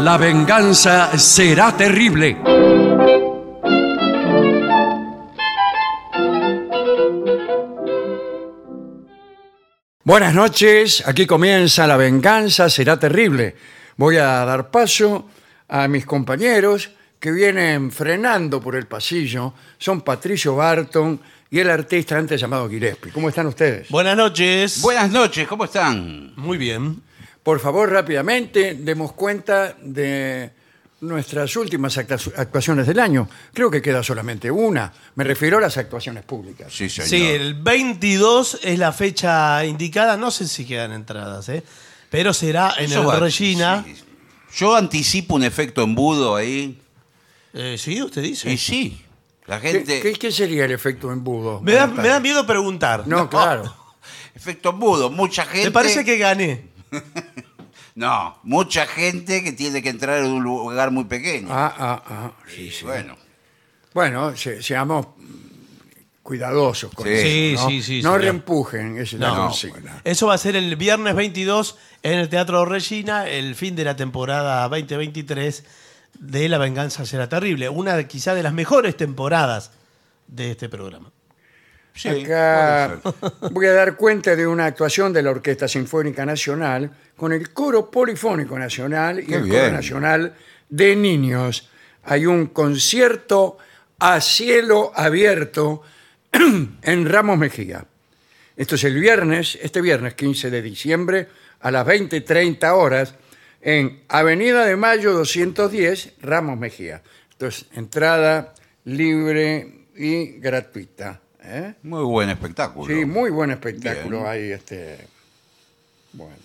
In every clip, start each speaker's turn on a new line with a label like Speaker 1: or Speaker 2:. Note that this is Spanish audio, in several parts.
Speaker 1: La venganza será terrible. Buenas noches, aquí comienza La venganza será terrible. Voy a dar paso a mis compañeros que vienen frenando por el pasillo. Son Patricio Barton y el artista antes llamado Gillespie. ¿Cómo están ustedes?
Speaker 2: Buenas noches.
Speaker 3: Buenas noches, ¿cómo están?
Speaker 2: Muy bien.
Speaker 1: Por favor, rápidamente, demos cuenta de nuestras últimas acta- actuaciones del año. Creo que queda solamente una. Me refiero a las actuaciones públicas.
Speaker 3: Sí, señor.
Speaker 2: Sí, el 22 es la fecha indicada. No sé si quedan entradas, ¿eh? Pero será en
Speaker 3: Eso
Speaker 2: el
Speaker 3: va-
Speaker 2: Regina.
Speaker 3: sí. Yo anticipo un efecto embudo ahí.
Speaker 2: Eh, sí, usted dice.
Speaker 3: Y sí, la
Speaker 1: ¿Qué,
Speaker 3: gente...
Speaker 1: qué- qué sería el efecto embudo?
Speaker 2: Me da, me da miedo preguntar.
Speaker 1: No, claro.
Speaker 3: Efecto embudo, mucha gente...
Speaker 2: ¿Te parece que gané?
Speaker 3: No, mucha gente que tiene que entrar en un lugar muy pequeño.
Speaker 1: Ah, ah, ah, sí,
Speaker 3: Y
Speaker 1: sí.
Speaker 3: Bueno,
Speaker 1: Bueno, se- seamos cuidadosos con
Speaker 3: Sí.
Speaker 2: Sí,
Speaker 1: eso. ¿no?
Speaker 2: sí, sí,
Speaker 1: No
Speaker 2: señor.
Speaker 1: reempujen, esa es la
Speaker 2: No.
Speaker 1: consigna.
Speaker 2: Eso va a ser el viernes 22 en el Teatro Regina, el fin de la temporada 2023 de La Venganza Será Terrible. Una de- quizá de las mejores temporadas de este programa.
Speaker 3: sí,
Speaker 1: Acá
Speaker 3: puede ser.
Speaker 1: voy a dar cuenta de una actuación de la Orquesta Sinfónica Nacional con el Coro Polifónico Nacional y
Speaker 3: Qué
Speaker 1: el Coro
Speaker 3: bien.
Speaker 1: Nacional de Niños. Hay un concierto a cielo abierto en Ramos Mejía. Esto es el viernes, este viernes 15 de diciembre a las 20:30 horas en Avenida de Mayo 210, Ramos Mejía. Entonces, entrada libre y gratuita. ¿eh?
Speaker 3: Muy buen espectáculo.
Speaker 1: Sí, muy buen espectáculo
Speaker 3: Bien.
Speaker 1: ahí. Este, bueno.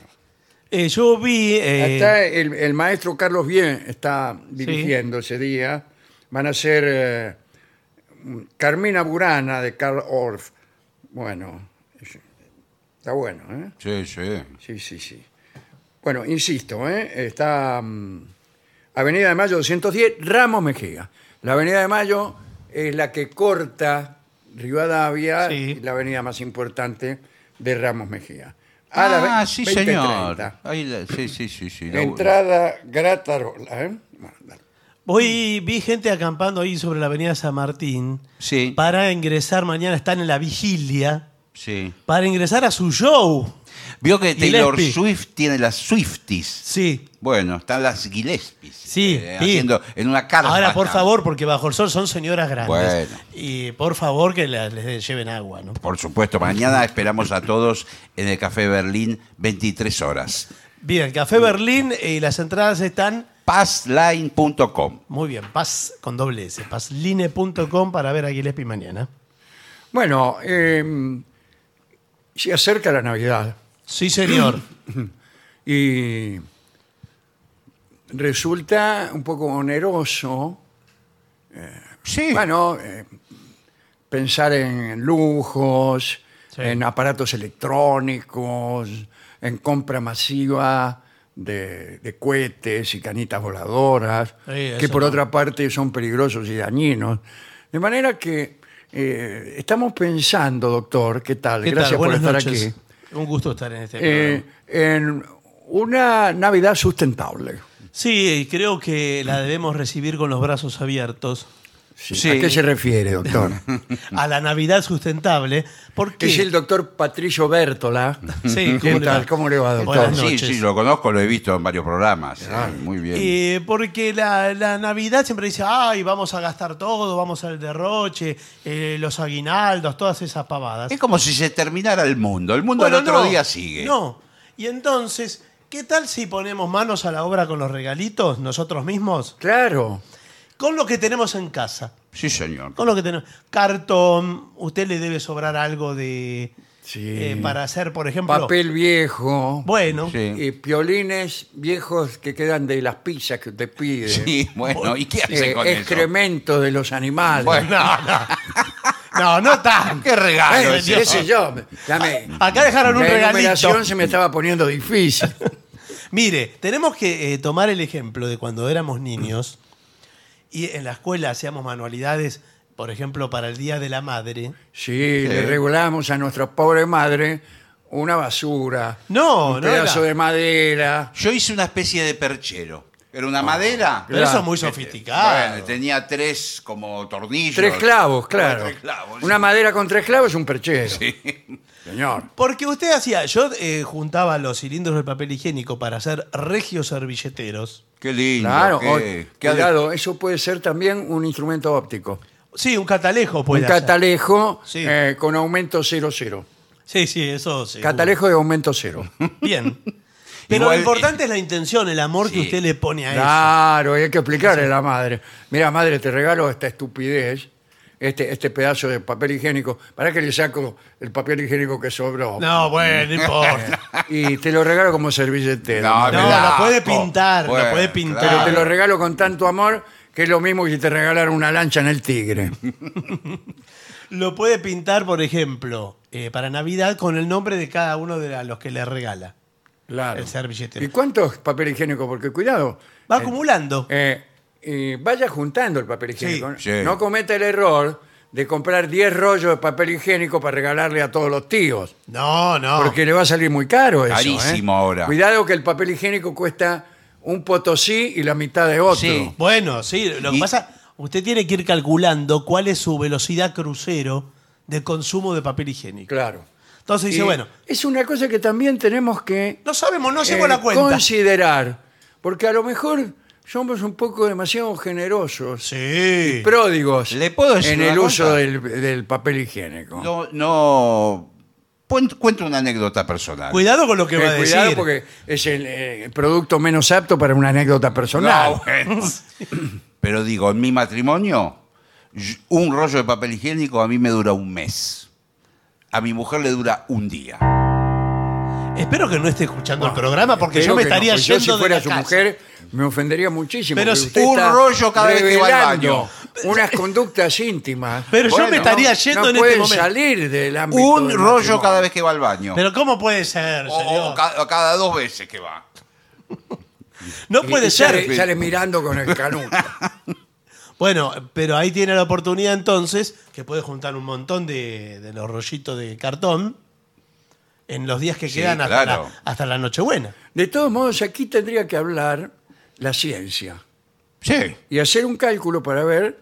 Speaker 2: Eh, yo vi... eh,
Speaker 1: Está el, el maestro Carlos Bien está dirigiendo ese día. Van a ser eh, Carmina Burana de Carl Orff. Bueno, es- está bueno, ¿eh?
Speaker 3: Sí, sí.
Speaker 1: Sí, sí, sí. Bueno, insisto, ¿eh? está mm, Avenida de Mayo 210, Ramos Mejía. La Avenida de Mayo es la que corta Rivadavia,
Speaker 2: Sí.
Speaker 1: y la avenida más importante de Ramos Mejía. A las
Speaker 3: Ah,
Speaker 1: ve-
Speaker 3: sí,
Speaker 1: 20:30.
Speaker 3: señor. Ahí la- sí, sí, sí, sí. la-
Speaker 1: Entrada Gratarola. ¿eh? Bueno, dale.
Speaker 2: Hoy vi gente acampando ahí sobre la avenida San Martín
Speaker 3: Sí,
Speaker 2: para ingresar mañana, están en la vigilia,
Speaker 3: sí.
Speaker 2: para ingresar a su show.
Speaker 3: Vio que Taylor
Speaker 2: Gillespie.
Speaker 3: Swift tiene las Swifties.
Speaker 2: Sí.
Speaker 3: Bueno, están las Gillespies.
Speaker 2: Sí,
Speaker 3: eh,
Speaker 2: sí.
Speaker 3: Haciendo en una carpa.
Speaker 2: Ahora, por
Speaker 3: están.
Speaker 2: favor, porque bajo el sol son señoras grandes.
Speaker 3: Bueno.
Speaker 2: Y por favor que la- les lleven agua, ¿no?
Speaker 3: Por supuesto, mañana esperamos a todos en el Café Berlín, 23 horas.
Speaker 2: Bien, Café Berlín eh, y las entradas están
Speaker 3: Passline.com.
Speaker 2: muy bien. Paz con doble S, pasline.com para ver a Gillespie mañana.
Speaker 1: Bueno, eh, se acerca la Navidad.
Speaker 2: Sí, señor.
Speaker 1: Y resulta un poco oneroso
Speaker 3: Sí.
Speaker 1: Bueno, eh, pensar en lujos,
Speaker 2: Sí.
Speaker 1: en aparatos electrónicos, en compra masiva de, de cohetes y canitas voladoras,
Speaker 2: Sí, eso
Speaker 1: que por
Speaker 2: no.
Speaker 1: otra parte son peligrosos y dañinos. De manera que eh, estamos pensando, doctor, ¿qué tal?
Speaker 2: ¿Qué
Speaker 1: Gracias
Speaker 2: tal?
Speaker 1: por
Speaker 2: Buenas
Speaker 1: estar
Speaker 2: noches.
Speaker 1: aquí.
Speaker 2: Un gusto estar en este programa.
Speaker 1: Eh, en una Navidad sustentable.
Speaker 2: Sí, creo que la debemos recibir con los brazos abiertos
Speaker 3: Sí.
Speaker 1: ¿A qué se refiere, doctor?
Speaker 2: a la Navidad sustentable, porque
Speaker 1: Es el doctor Patricio Bertola.
Speaker 2: Sí,
Speaker 1: ¿Qué
Speaker 2: ¿cómo le
Speaker 1: tal?
Speaker 2: va?
Speaker 1: ¿Cómo le va, doctor?
Speaker 2: Buenas
Speaker 3: sí,
Speaker 2: noches.
Speaker 3: sí, lo conozco, lo he visto en varios programas.
Speaker 1: Ah.
Speaker 3: Sí, muy bien.
Speaker 2: eh, porque la, la Navidad siempre dice, ay, vamos a gastar todo, vamos al derroche, eh, los aguinaldos, todas esas pavadas.
Speaker 3: Es como si se terminara el mundo. El mundo
Speaker 2: Bueno,
Speaker 3: al otro
Speaker 2: no,
Speaker 3: día sigue.
Speaker 2: No. Y entonces, ¿qué tal si ponemos manos a la obra con los regalitos nosotros mismos?
Speaker 1: Claro.
Speaker 2: Con lo que tenemos en casa.
Speaker 3: Sí, señor.
Speaker 2: Con lo que tenemos. Cartón, usted le debe sobrar algo de.
Speaker 1: Sí.
Speaker 2: eh, para hacer, por ejemplo.
Speaker 1: Papel viejo.
Speaker 2: Bueno,
Speaker 3: Sí.
Speaker 1: Y piolines viejos que quedan de las pizzas que usted pide.
Speaker 3: Sí, bueno, ¿y qué hace
Speaker 1: Eh,
Speaker 3: con eso?
Speaker 1: excrementos de los animales.
Speaker 3: Bueno,
Speaker 2: no, no
Speaker 1: Ah,
Speaker 2: tan.
Speaker 3: qué regalo.
Speaker 1: Bueno,
Speaker 3: ese.
Speaker 1: Eh, qué sé yo. ya me-
Speaker 2: Acá dejaron Ah, un
Speaker 1: la
Speaker 2: regalito.
Speaker 1: enumeración se me estaba poniendo difícil.
Speaker 2: Mire, tenemos que eh, tomar el ejemplo de cuando éramos niños y en la escuela hacíamos manualidades, por ejemplo, para el Día de la Madre.
Speaker 1: Sí, le regulamos a nuestra pobre madre una basura.
Speaker 2: No,
Speaker 1: un
Speaker 2: no
Speaker 1: pedazo
Speaker 2: era.
Speaker 1: de madera.
Speaker 3: Yo hice una especie de perchero. Era
Speaker 2: Ah,
Speaker 3: una madera.
Speaker 2: Pero eso es muy
Speaker 1: Eh,
Speaker 3: Este,
Speaker 2: sofisticado.
Speaker 3: bueno, tenía tres como tornillos.
Speaker 1: Tres clavos, claro.
Speaker 3: Tres clavos,
Speaker 1: Una
Speaker 3: sí.
Speaker 1: madera con tres clavos es un perchero. Señor.
Speaker 2: Porque usted hacía, yo eh, juntaba los cilindros de papel higiénico para hacer regios servilleteros.
Speaker 3: Qué lindo.
Speaker 1: Claro,
Speaker 3: qué-
Speaker 1: o-
Speaker 3: qué ade-
Speaker 1: cuidado, eso puede ser también un instrumento óptico.
Speaker 2: Sí, un catalejo
Speaker 1: Un
Speaker 2: puede hacer.
Speaker 1: catalejo
Speaker 2: Sí.
Speaker 1: eh, con aumento 0-0.
Speaker 2: Sí, sí, eso sí.
Speaker 1: Catalejo de aumento 0.
Speaker 2: Bien. Pero
Speaker 3: Igual,
Speaker 2: lo importante es la intención, el amor que
Speaker 3: sí.
Speaker 2: usted le pone a eso.
Speaker 1: eh, Claro, y hay que explicarle a la madre. Mira, madre, te regalo esta estupidez, este, este pedazo de papel higiénico, para que le saco el papel higiénico que sobró.
Speaker 2: No, bueno, no importa.
Speaker 1: Y te lo regalo como servilletero.
Speaker 3: No,
Speaker 1: madre.
Speaker 2: No,
Speaker 3: da
Speaker 2: la puede
Speaker 3: asco.
Speaker 2: pintar, la
Speaker 3: Bueno,
Speaker 2: puede pintar.
Speaker 1: Pero te lo regalo con tanto amor que es lo mismo que si te regalara una lancha en el tigre.
Speaker 2: Lo puede pintar, por ejemplo, eh, para Navidad con el nombre de cada uno de la- los que le regala.
Speaker 1: Claro.
Speaker 2: El servilletero.
Speaker 1: ¿Y cuánto es papel higiénico? Porque cuidado.
Speaker 2: Va
Speaker 1: eh,
Speaker 2: acumulando.
Speaker 1: eh, eh, vaya juntando el papel higiénico.
Speaker 3: Sí,
Speaker 1: ¿no?
Speaker 3: sí.
Speaker 1: No cometa el error de comprar 10 rollos de papel higiénico para regalarle a todos los tíos.
Speaker 2: No, no.
Speaker 1: Porque le va a salir muy caro eso. ¿eh?
Speaker 3: Carísimo ahora.
Speaker 1: Cuidado que el papel higiénico cuesta un potosí y la mitad de otro.
Speaker 3: Sí.
Speaker 2: Bueno, sí, lo que
Speaker 3: Y-
Speaker 2: pasa, usted tiene que ir calculando cuál es su velocidad crucero de consumo de papel higiénico.
Speaker 1: Claro.
Speaker 2: Entonces dice,
Speaker 1: Y
Speaker 2: bueno,
Speaker 1: Es una cosa que también tenemos que
Speaker 2: no sabemos, no llevo
Speaker 1: eh,
Speaker 2: la cuenta.
Speaker 1: considerar. Porque a lo mejor somos un poco demasiado generosos,
Speaker 2: Sí.
Speaker 1: pródigos
Speaker 3: ¿Le puedo decir
Speaker 1: en
Speaker 3: una
Speaker 1: el
Speaker 3: cosa?
Speaker 1: uso del, del papel higiénico.
Speaker 3: No, no. Pon- Cuento una anécdota personal.
Speaker 2: Cuidado con lo que
Speaker 1: Eh,
Speaker 2: va a
Speaker 1: cuidado
Speaker 2: decir.
Speaker 1: porque es el eh, producto menos apto para una anécdota personal.
Speaker 3: No, bueno. Pero digo, en mi matrimonio, y- un rollo de papel higiénico a mí me dura un mes. A mi mujer le dura un día.
Speaker 2: Espero que no esté escuchando el programa porque yo
Speaker 1: Creo
Speaker 2: me
Speaker 1: que no,
Speaker 2: estaría
Speaker 1: pues
Speaker 2: yendo
Speaker 1: yo si fuera
Speaker 2: de la
Speaker 1: su
Speaker 2: casa.
Speaker 1: mujer me ofendería muchísimo.
Speaker 2: Pero
Speaker 1: que
Speaker 2: si-
Speaker 1: usted
Speaker 3: un
Speaker 1: está
Speaker 3: rollo cada vez que va al
Speaker 1: revelando
Speaker 3: baño.
Speaker 1: Unas conductas íntimas.
Speaker 2: Pero yo
Speaker 3: Bueno,
Speaker 2: me estaría
Speaker 1: no,
Speaker 2: yendo
Speaker 1: no
Speaker 2: en
Speaker 1: pueden
Speaker 2: este momento.
Speaker 1: salir del ámbito.
Speaker 3: Un
Speaker 1: del
Speaker 3: rollo cada
Speaker 1: matrimonio.
Speaker 3: vez que va al baño.
Speaker 2: Pero ¿cómo puede ser,
Speaker 3: o, o
Speaker 2: señor?
Speaker 3: ca- o cada, dos veces que va.
Speaker 2: No
Speaker 1: Y-
Speaker 2: puede
Speaker 1: y
Speaker 2: ser.
Speaker 1: Sale, sale mirando con el canuto.
Speaker 2: Bueno, pero ahí tiene la oportunidad entonces que puede juntar un montón de, de los rollitos de cartón en los días que
Speaker 3: Sí,
Speaker 2: quedan hasta,
Speaker 3: claro.
Speaker 2: la, hasta la Nochebuena.
Speaker 1: De todos modos, aquí tendría que hablar la ciencia
Speaker 3: Sí.
Speaker 1: y hacer un cálculo para ver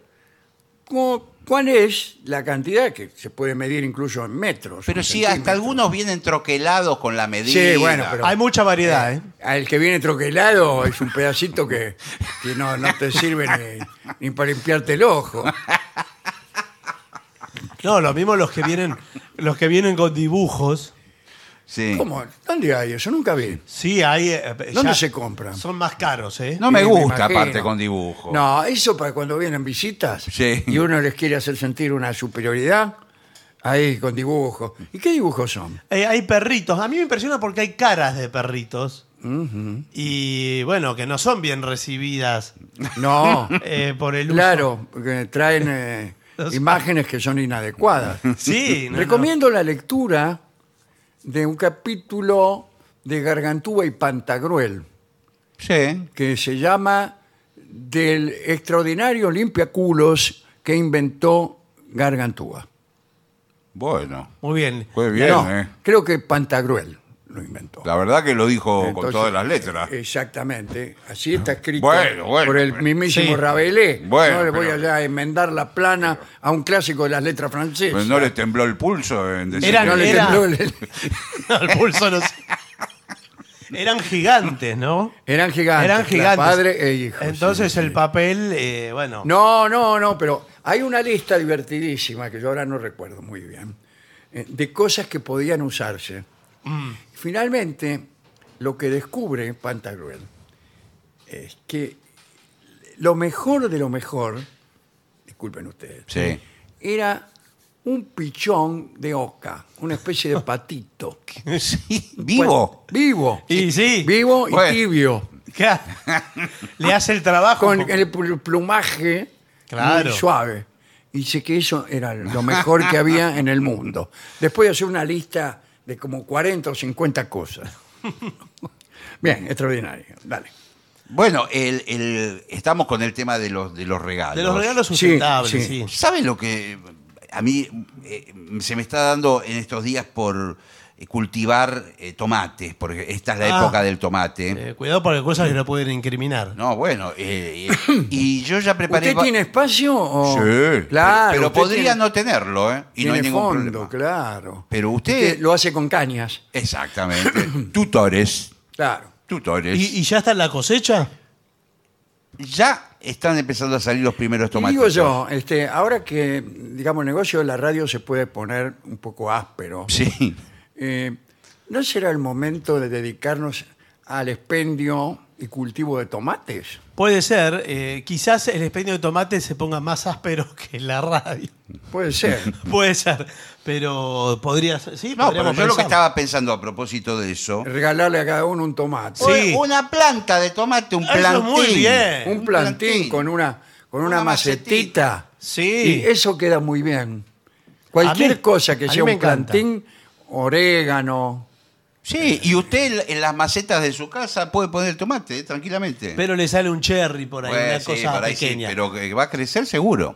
Speaker 1: cómo- cuál es la cantidad que se puede medir incluso en metros.
Speaker 3: Pero
Speaker 1: en
Speaker 3: sí, hasta
Speaker 1: centímetros.
Speaker 3: algunos vienen troquelados con la medida.
Speaker 1: Sí, bueno, pero-
Speaker 2: Hay mucha variedad, ¿eh?
Speaker 1: Al que viene troquelado es un pedacito que, que no, no te sirve ni, ni para limpiarte el ojo.
Speaker 2: No, lo mismo los que vienen, los que vienen con dibujos.
Speaker 3: Sí.
Speaker 1: ¿Cómo? ¿Dónde hay eso? Nunca vi.
Speaker 2: Sí, hay. eh,
Speaker 1: ¿Dónde se compran?
Speaker 2: Son más caros, ¿eh?
Speaker 3: No
Speaker 1: Sí,
Speaker 3: me
Speaker 1: me
Speaker 3: gusta,
Speaker 1: imagino.
Speaker 3: aparte con dibujo.
Speaker 1: No, eso para cuando vienen visitas
Speaker 3: Sí.
Speaker 1: y uno les quiere hacer sentir una superioridad, ahí con dibujos. ¿Y qué dibujos son?
Speaker 2: Eh, hay perritos. A mí me impresiona porque hay caras de perritos. Y bueno, que no son bien recibidas
Speaker 1: No,
Speaker 2: eh, por el uso.
Speaker 1: claro, porque traen eh,
Speaker 2: Los-
Speaker 1: imágenes que son inadecuadas.
Speaker 2: Sí, no, no.
Speaker 1: Recomiendo la lectura de un capítulo de Gargantúa y Pantagruel.
Speaker 3: Sí.
Speaker 1: que se llama Del extraordinario limpiaculos que inventó Gargantúa.
Speaker 3: Bueno.
Speaker 2: Muy bien.
Speaker 3: Fue bien,
Speaker 1: No,
Speaker 3: ¿eh?
Speaker 1: creo que Pantagruel lo inventó.
Speaker 3: La verdad que lo dijo con
Speaker 1: Entonces, eh,
Speaker 3: todas las letras.
Speaker 1: Exactamente. Así está escrito
Speaker 3: Ah. Bueno, bueno,
Speaker 1: por el
Speaker 3: pero-
Speaker 1: mismísimo
Speaker 2: Sí.
Speaker 1: Rabelais.
Speaker 3: Bueno,
Speaker 1: no le voy
Speaker 3: pero-
Speaker 1: allá a enmendar la plana a un clásico de las letras
Speaker 3: Pero
Speaker 1: francesas.
Speaker 3: no le tembló el pulso en decir
Speaker 2: Eran-
Speaker 1: No le
Speaker 2: Era-
Speaker 1: tembló el-
Speaker 2: No, el pulso no sé. Eran gigantes, ¿no?
Speaker 1: Eran gigantes.
Speaker 2: Eran
Speaker 1: claro,
Speaker 2: gigantes.
Speaker 1: Padre e hijo.
Speaker 2: Entonces
Speaker 1: sí.
Speaker 2: el papel, eh, bueno.
Speaker 1: No, no, no, pero hay una lista divertidísima que yo ahora no recuerdo muy bien, eh, de cosas que podían usarse.
Speaker 2: Mm.
Speaker 1: Finalmente, lo que descubre Pantagruel es que lo mejor de lo mejor, disculpen ustedes,
Speaker 3: Sí.
Speaker 1: era un pichón de oca, una especie de patito.
Speaker 3: Sí, vivo.
Speaker 1: Vivo.
Speaker 2: Y sí.
Speaker 1: Vivo y
Speaker 3: Bueno.
Speaker 1: tibio.
Speaker 2: ¿Qué ha- Le hace el trabajo. un
Speaker 1: con
Speaker 2: poco.
Speaker 1: el pl- plumaje
Speaker 2: Claro.
Speaker 1: muy suave. Y sé que eso era lo mejor que había en el mundo. Después de hacer una lista de como 40 o 50 cosas. Bien, extraordinario. Dale.
Speaker 3: Bueno, el- el- estamos con el tema de los, de los regalos.
Speaker 2: De los regalos sustentables,
Speaker 1: sí.
Speaker 2: sí.
Speaker 3: ¿Sabe lo que a mí eh, se me está dando en estos días por eh, cultivar eh, tomates, porque esta es la
Speaker 2: Ah.
Speaker 3: época del tomate.
Speaker 2: Eh, cuidado porque hay cosas que no pueden incriminar.
Speaker 3: No, bueno, eh, eh, y yo ya preparé...
Speaker 1: ¿Usted
Speaker 3: va-
Speaker 1: tiene espacio? o-
Speaker 3: Sí,
Speaker 1: claro.
Speaker 3: pero
Speaker 1: usted
Speaker 3: podría
Speaker 1: tiene-
Speaker 3: no tenerlo, ¿eh? Y no hay
Speaker 1: tiene
Speaker 3: ningún
Speaker 1: fondo,
Speaker 3: problema.
Speaker 1: claro.
Speaker 3: Pero usted...
Speaker 1: Usted lo hace con cañas,
Speaker 3: Exactamente. tutores.
Speaker 1: claro.
Speaker 3: Tutores.
Speaker 2: ¿Y, y ya está en la cosecha?
Speaker 3: ya están empezando a salir los primeros
Speaker 1: Y
Speaker 3: tomates.
Speaker 1: digo yo, este, ahora que, digamos, el negocio de la radio se puede poner un poco áspero,
Speaker 3: Sí.
Speaker 1: eh, ¿no será el momento de dedicarnos al expendio y cultivo de tomates?
Speaker 2: Puede ser. eh, quizás el expendio de tomate se ponga más áspero que la radio.
Speaker 1: Puede ser.
Speaker 2: Puede ser. Pero podría ser. Sí,
Speaker 3: No, pero
Speaker 2: podríamos
Speaker 3: yo lo
Speaker 2: pensar.
Speaker 3: que estaba pensando a propósito de eso.
Speaker 1: Regalarle a cada uno un tomate.
Speaker 2: Sí.
Speaker 3: Una planta de tomate, un
Speaker 2: Eso es
Speaker 3: plantín.
Speaker 2: muy bien.
Speaker 1: un plantín,
Speaker 3: plantín.
Speaker 1: con una, con una,
Speaker 3: Una
Speaker 1: macetita.
Speaker 3: macetita.
Speaker 2: Sí.
Speaker 1: Y eso queda muy bien. Cualquier
Speaker 2: A mí-
Speaker 1: cosa
Speaker 2: a
Speaker 1: que
Speaker 2: mí
Speaker 1: sea
Speaker 2: me
Speaker 1: un
Speaker 2: encanta.
Speaker 1: plantín, orégano.
Speaker 3: Sí, y usted en las macetas de su casa puede poner el tomate eh, tranquilamente.
Speaker 2: Pero le sale un cherry por ahí,
Speaker 3: Bueno,
Speaker 2: una
Speaker 3: Pues sí,
Speaker 2: cosa
Speaker 3: por ahí sí,
Speaker 2: pequeña.
Speaker 3: pero que va a crecer seguro.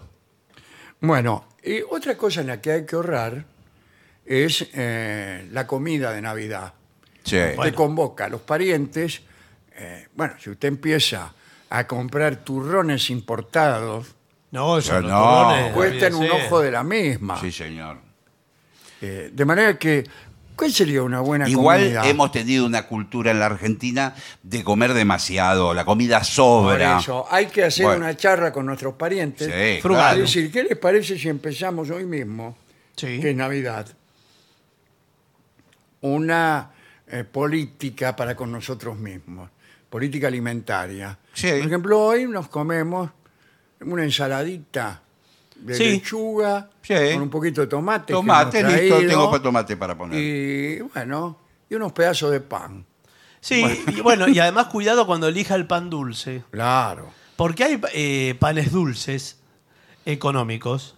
Speaker 1: Bueno, y otra cosa en la que hay que ahorrar es eh, la comida de Navidad.
Speaker 3: Sí.
Speaker 1: Te convoca a los parientes. eh, bueno, si usted empieza a comprar turrones importados,
Speaker 2: No, eso
Speaker 3: Pero
Speaker 2: los
Speaker 3: no.
Speaker 2: turrones,
Speaker 1: cuestan un
Speaker 2: olvídese.
Speaker 1: ojo de la misma.
Speaker 3: Sí, señor.
Speaker 1: Eh, de manera que, ¿cuál sería una buena
Speaker 3: Igual
Speaker 1: comida?
Speaker 3: hemos tenido una cultura en la Argentina de comer demasiado, la comida
Speaker 1: Por
Speaker 3: sobra.
Speaker 1: eso, hay que hacer
Speaker 3: Bueno.
Speaker 1: una charla con nuestros parientes.
Speaker 3: Sí,
Speaker 2: Frugal.
Speaker 1: Es
Speaker 3: claro.
Speaker 1: decir, ¿qué les parece si empezamos hoy mismo,
Speaker 2: Sí.
Speaker 1: que es Navidad, una eh, política para con nosotros mismos, política alimentaria?
Speaker 3: Sí.
Speaker 1: Por ejemplo, hoy nos comemos una ensaladita de
Speaker 2: Sí.
Speaker 1: lechuga
Speaker 3: Sí.
Speaker 1: con un poquito de tomate. que
Speaker 3: Tomate,
Speaker 1: hemos
Speaker 3: listo,
Speaker 1: traído,
Speaker 3: tengo pa- tomate para poner.
Speaker 1: Y bueno, y unos pedazos de pan.
Speaker 2: Sí, y bueno, y además cuidado cuando elija el pan dulce.
Speaker 1: Claro.
Speaker 2: Porque hay eh, panes dulces económicos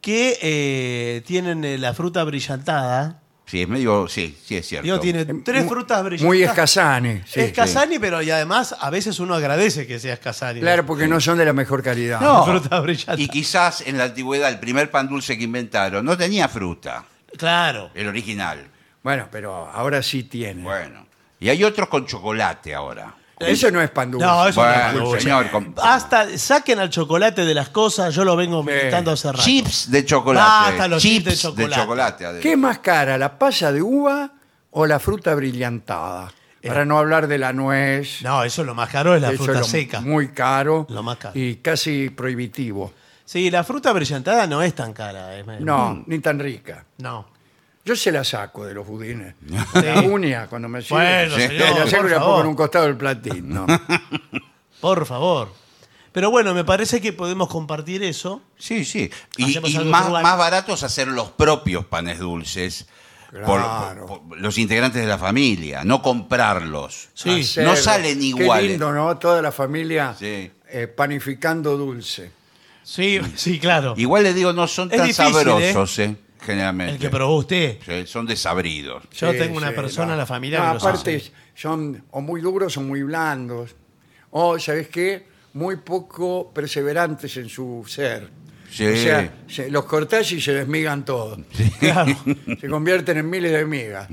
Speaker 2: que eh, tienen eh, la fruta brillantada.
Speaker 3: Sí, es medio, sí, sí es cierto.
Speaker 2: Digo, tiene tres
Speaker 1: Em, Mu-
Speaker 2: frutas brillantadas.
Speaker 1: Muy escasanes. sí.
Speaker 2: es Casani, pero y además a veces uno agradece que sea Casani.
Speaker 1: Claro, porque no son de la mejor calidad.
Speaker 3: No.
Speaker 2: fruta brillantada.
Speaker 3: Y quizás en la antigüedad el primer pan dulce que inventaron no tenía fruta,
Speaker 2: Claro.
Speaker 3: el original.
Speaker 1: Bueno, pero ahora sí tiene.
Speaker 3: Bueno. Y hay otros con chocolate ahora.
Speaker 1: Eso no es pan dulce.
Speaker 2: No, eso
Speaker 3: Bueno,
Speaker 2: no es dulce.
Speaker 3: señor, con-
Speaker 2: Hasta saquen al chocolate de las cosas, yo lo vengo meditando hace rato.
Speaker 3: Chips de chocolate.
Speaker 2: Basta los chips de chocolate.
Speaker 3: adentro.
Speaker 1: ¿Qué es más cara, la pasa de uva o la fruta brillantada? Para no hablar de la nuez.
Speaker 2: No, eso es lo más caro, es la
Speaker 1: que eso
Speaker 2: Eh. fruta
Speaker 1: es lo
Speaker 2: seca.
Speaker 1: Muy caro.
Speaker 2: Lo más caro.
Speaker 1: Y casi prohibitivo.
Speaker 2: Sí, la fruta brillantada no es tan cara. es-
Speaker 1: No, ni tan rica.
Speaker 2: No.
Speaker 1: Yo se la saco de los budines.
Speaker 2: Sí.
Speaker 1: La uña, cuando me sirve.
Speaker 2: Bueno,
Speaker 3: Sí.
Speaker 2: señor,
Speaker 1: la saco y
Speaker 2: por
Speaker 1: la pongo en un
Speaker 2: favor,
Speaker 1: costado del platín. ¿no?
Speaker 2: por favor. Pero bueno, me parece que podemos compartir eso.
Speaker 3: Sí, sí. Y,
Speaker 2: Hacemos
Speaker 3: y
Speaker 2: algo
Speaker 3: más,
Speaker 2: frugal.
Speaker 3: más baratos hacer los propios panes dulces por-
Speaker 1: Claro.
Speaker 3: por- por los integrantes de la familia, no comprarlos.
Speaker 2: Sí.
Speaker 1: Hacer-
Speaker 3: No salen
Speaker 1: Qué
Speaker 3: iguales.
Speaker 1: lindo, ¿no? Toda la familia
Speaker 3: Sí.
Speaker 1: eh, panificando dulce.
Speaker 2: Sí, sí, claro.
Speaker 3: Igual le digo, no son
Speaker 2: Es
Speaker 3: tan
Speaker 2: difícil,
Speaker 3: sabrosos, eh, generalmente.
Speaker 2: El que probó usted.
Speaker 3: Sí, son desabridos.
Speaker 2: Yo
Speaker 1: Sí,
Speaker 2: tengo una
Speaker 1: sí,
Speaker 2: persona
Speaker 1: no.
Speaker 2: en la familia
Speaker 1: No,
Speaker 2: que los
Speaker 1: aparte
Speaker 2: hace.
Speaker 1: son o muy duros o muy blandos. O, ¿sabes qué? Muy poco perseverantes en su ser.
Speaker 3: Sí.
Speaker 1: O sea, se- los cortás y se desmigan todos.
Speaker 2: Claro.
Speaker 1: Se convierten en miles de migas.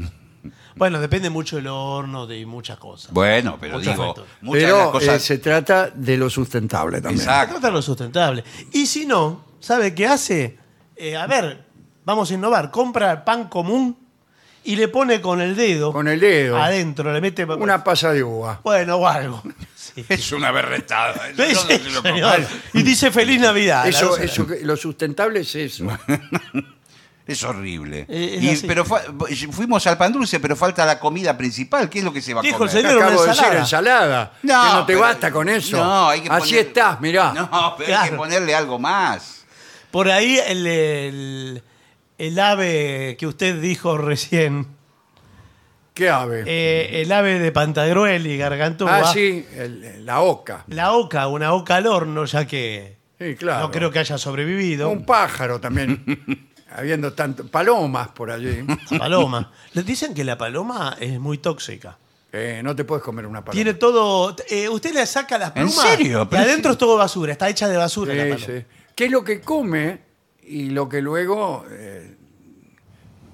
Speaker 2: Bueno, depende mucho del horno de muchas cosas.
Speaker 3: Bueno, pero
Speaker 2: Muchos
Speaker 3: digo,
Speaker 2: factores.
Speaker 3: muchas de las
Speaker 1: Pero eh,
Speaker 3: cosas.
Speaker 1: se trata de lo sustentable también.
Speaker 2: Se
Speaker 3: Exacto.
Speaker 2: trata de lo sustentable. Y si no, ¿sabe qué hace? Eh, a ver, vamos a innovar. Compra pan común y le pone con el dedo
Speaker 1: Con el dedo,
Speaker 2: adentro, le mete
Speaker 1: una pasa de uva.
Speaker 2: bueno o algo. Sí.
Speaker 3: Es una berretada. eso
Speaker 2: Sí,
Speaker 3: no se lo
Speaker 2: señor.
Speaker 3: compro.
Speaker 2: Y dice feliz Navidad. a Ah, la
Speaker 1: Eso,
Speaker 2: doce de la
Speaker 1: eso, que- lo sustentable es eso.
Speaker 3: Es horrible.
Speaker 2: Eh, es
Speaker 3: Y-
Speaker 2: así.
Speaker 3: pero fa- fuimos al pan dulce, pero falta la comida principal. ¿Qué es lo que se va a
Speaker 2: Dijo el
Speaker 3: comer?
Speaker 2: señor. Pero
Speaker 1: Acabo
Speaker 2: una
Speaker 1: de decir
Speaker 2: ensalada.
Speaker 1: ensalada. que No, te
Speaker 3: No, pero-
Speaker 1: basta con eso.
Speaker 3: No, hay que
Speaker 1: Así
Speaker 3: poner-
Speaker 1: estás, mirá.
Speaker 3: No, pero hay
Speaker 2: Claro.
Speaker 3: que ponerle algo más.
Speaker 2: Por ahí el, el- el ave que usted dijo recién,
Speaker 1: ¿Qué ave?
Speaker 2: eh, el ave de Pantagruel y Gargantúa,
Speaker 1: Ah, sí, el- la oca.
Speaker 2: la oca, una oca al horno, ya que
Speaker 1: Sí, claro.
Speaker 2: no creo que haya sobrevivido,
Speaker 1: Un pájaro también. Habiendo tanto. Palomas por allí.
Speaker 2: la paloma. Les dicen que la paloma es muy tóxica.
Speaker 1: Eh, no te puedes comer una paloma.
Speaker 2: Tiene todo... eh, usted le saca las
Speaker 3: ¿En
Speaker 2: plumas
Speaker 3: serio?
Speaker 2: y
Speaker 3: Pero
Speaker 2: adentro
Speaker 3: sí.
Speaker 2: es todo basura, está hecha de basura la
Speaker 1: Sí,
Speaker 2: paloma.
Speaker 1: sí. ¿Qué es lo que come y lo que luego eh,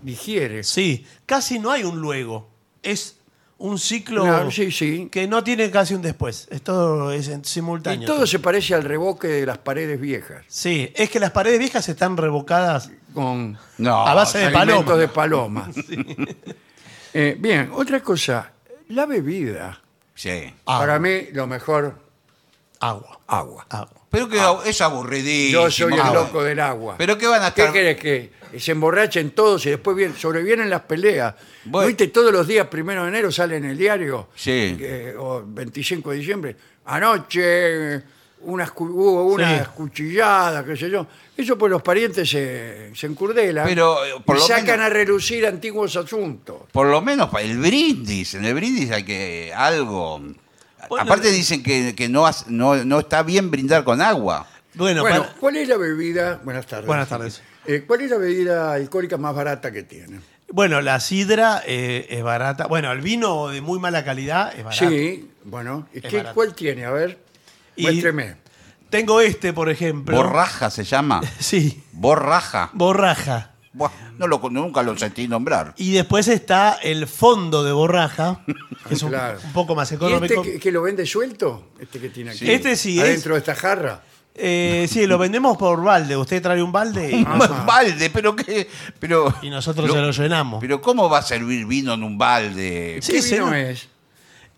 Speaker 1: digiere.
Speaker 2: Sí, casi no hay un luego. Es un ciclo
Speaker 1: No, sí, sí.
Speaker 2: que no tiene casi un después. Es todo es en
Speaker 1: Y
Speaker 2: simultáneo.
Speaker 1: todo se parece al revoque de las paredes viejas,
Speaker 2: Sí, es que las paredes viejas están revocadas.
Speaker 1: con
Speaker 3: No,
Speaker 2: A base de
Speaker 1: alimentos
Speaker 2: paloma.
Speaker 1: de paloma. Eh, bien, otra cosa, la bebida.
Speaker 3: sí.
Speaker 2: Agua.
Speaker 1: Para mí, lo mejor,
Speaker 2: Agua.
Speaker 1: agua.
Speaker 2: agua.
Speaker 3: Pero que
Speaker 2: Ah.
Speaker 3: es aburridísimo.
Speaker 1: Yo soy el
Speaker 3: Ah,
Speaker 1: loco del agua.
Speaker 3: Pero que van a
Speaker 1: ¿Qué
Speaker 3: estar-
Speaker 1: querés que se emborrachen todos y después vienen- sobrevienen las peleas?
Speaker 3: Bueno.
Speaker 1: ¿Viste? Todos los días, primero de enero, sale en el diario.
Speaker 3: Sí.
Speaker 1: eh, o 25 de diciembre. Anoche eh, unas, cu- hubo unas
Speaker 2: Sí.
Speaker 1: cuchilladas, qué sé yo. Eso pues los parientes se, se encurdelan
Speaker 3: Pero, eh, por
Speaker 1: y
Speaker 3: lo
Speaker 1: sacan
Speaker 3: menos-
Speaker 1: a relucir antiguos asuntos.
Speaker 3: Por lo menos para el brindis. En el brindis hay que algo.
Speaker 2: Bueno, eh,
Speaker 3: Aparte
Speaker 2: el-
Speaker 3: dicen que, que no, has- no, no está bien brindar con agua.
Speaker 2: Bueno,
Speaker 1: bueno,
Speaker 2: para-
Speaker 1: ¿cuál es la bebida? Buenas tardes.
Speaker 2: Buenas tardes.
Speaker 1: Eh, ¿Cuál es la bebida alcohólica más barata que tiene?
Speaker 2: bueno, la sidra eh, es barata. Bueno, el vino de muy mala calidad es barato.
Speaker 1: Sí, bueno. ¿y
Speaker 2: Es
Speaker 1: qué-
Speaker 2: barato.
Speaker 1: ¿Cuál tiene? A ver,
Speaker 2: Y-
Speaker 1: muéstreme.
Speaker 2: Tengo este, por ejemplo.
Speaker 3: Borraja se llama.
Speaker 2: Sí,
Speaker 3: Borraja.
Speaker 2: borraja.
Speaker 3: Buah, no lo, nunca lo sentí nombrar.
Speaker 2: Y después está el fondo de borraja, que es un,
Speaker 1: Claro.
Speaker 2: un poco más
Speaker 1: ¿Y
Speaker 2: económico.
Speaker 1: este que, que lo vende suelto? Este que tiene aquí.
Speaker 2: Sí. Este sí,
Speaker 1: Adentro de esta jarra.
Speaker 2: Eh, sí, lo vendemos por balde. Usted trae un balde
Speaker 1: Ah,
Speaker 2: y,
Speaker 3: Un balde, pero que. Pero,
Speaker 2: Ah, y nosotros
Speaker 3: lo-
Speaker 2: se lo llenamos.
Speaker 3: Pero ¿cómo va a servir vino en un balde?
Speaker 2: Sí,
Speaker 1: ¿Qué
Speaker 2: señor.
Speaker 1: vino es?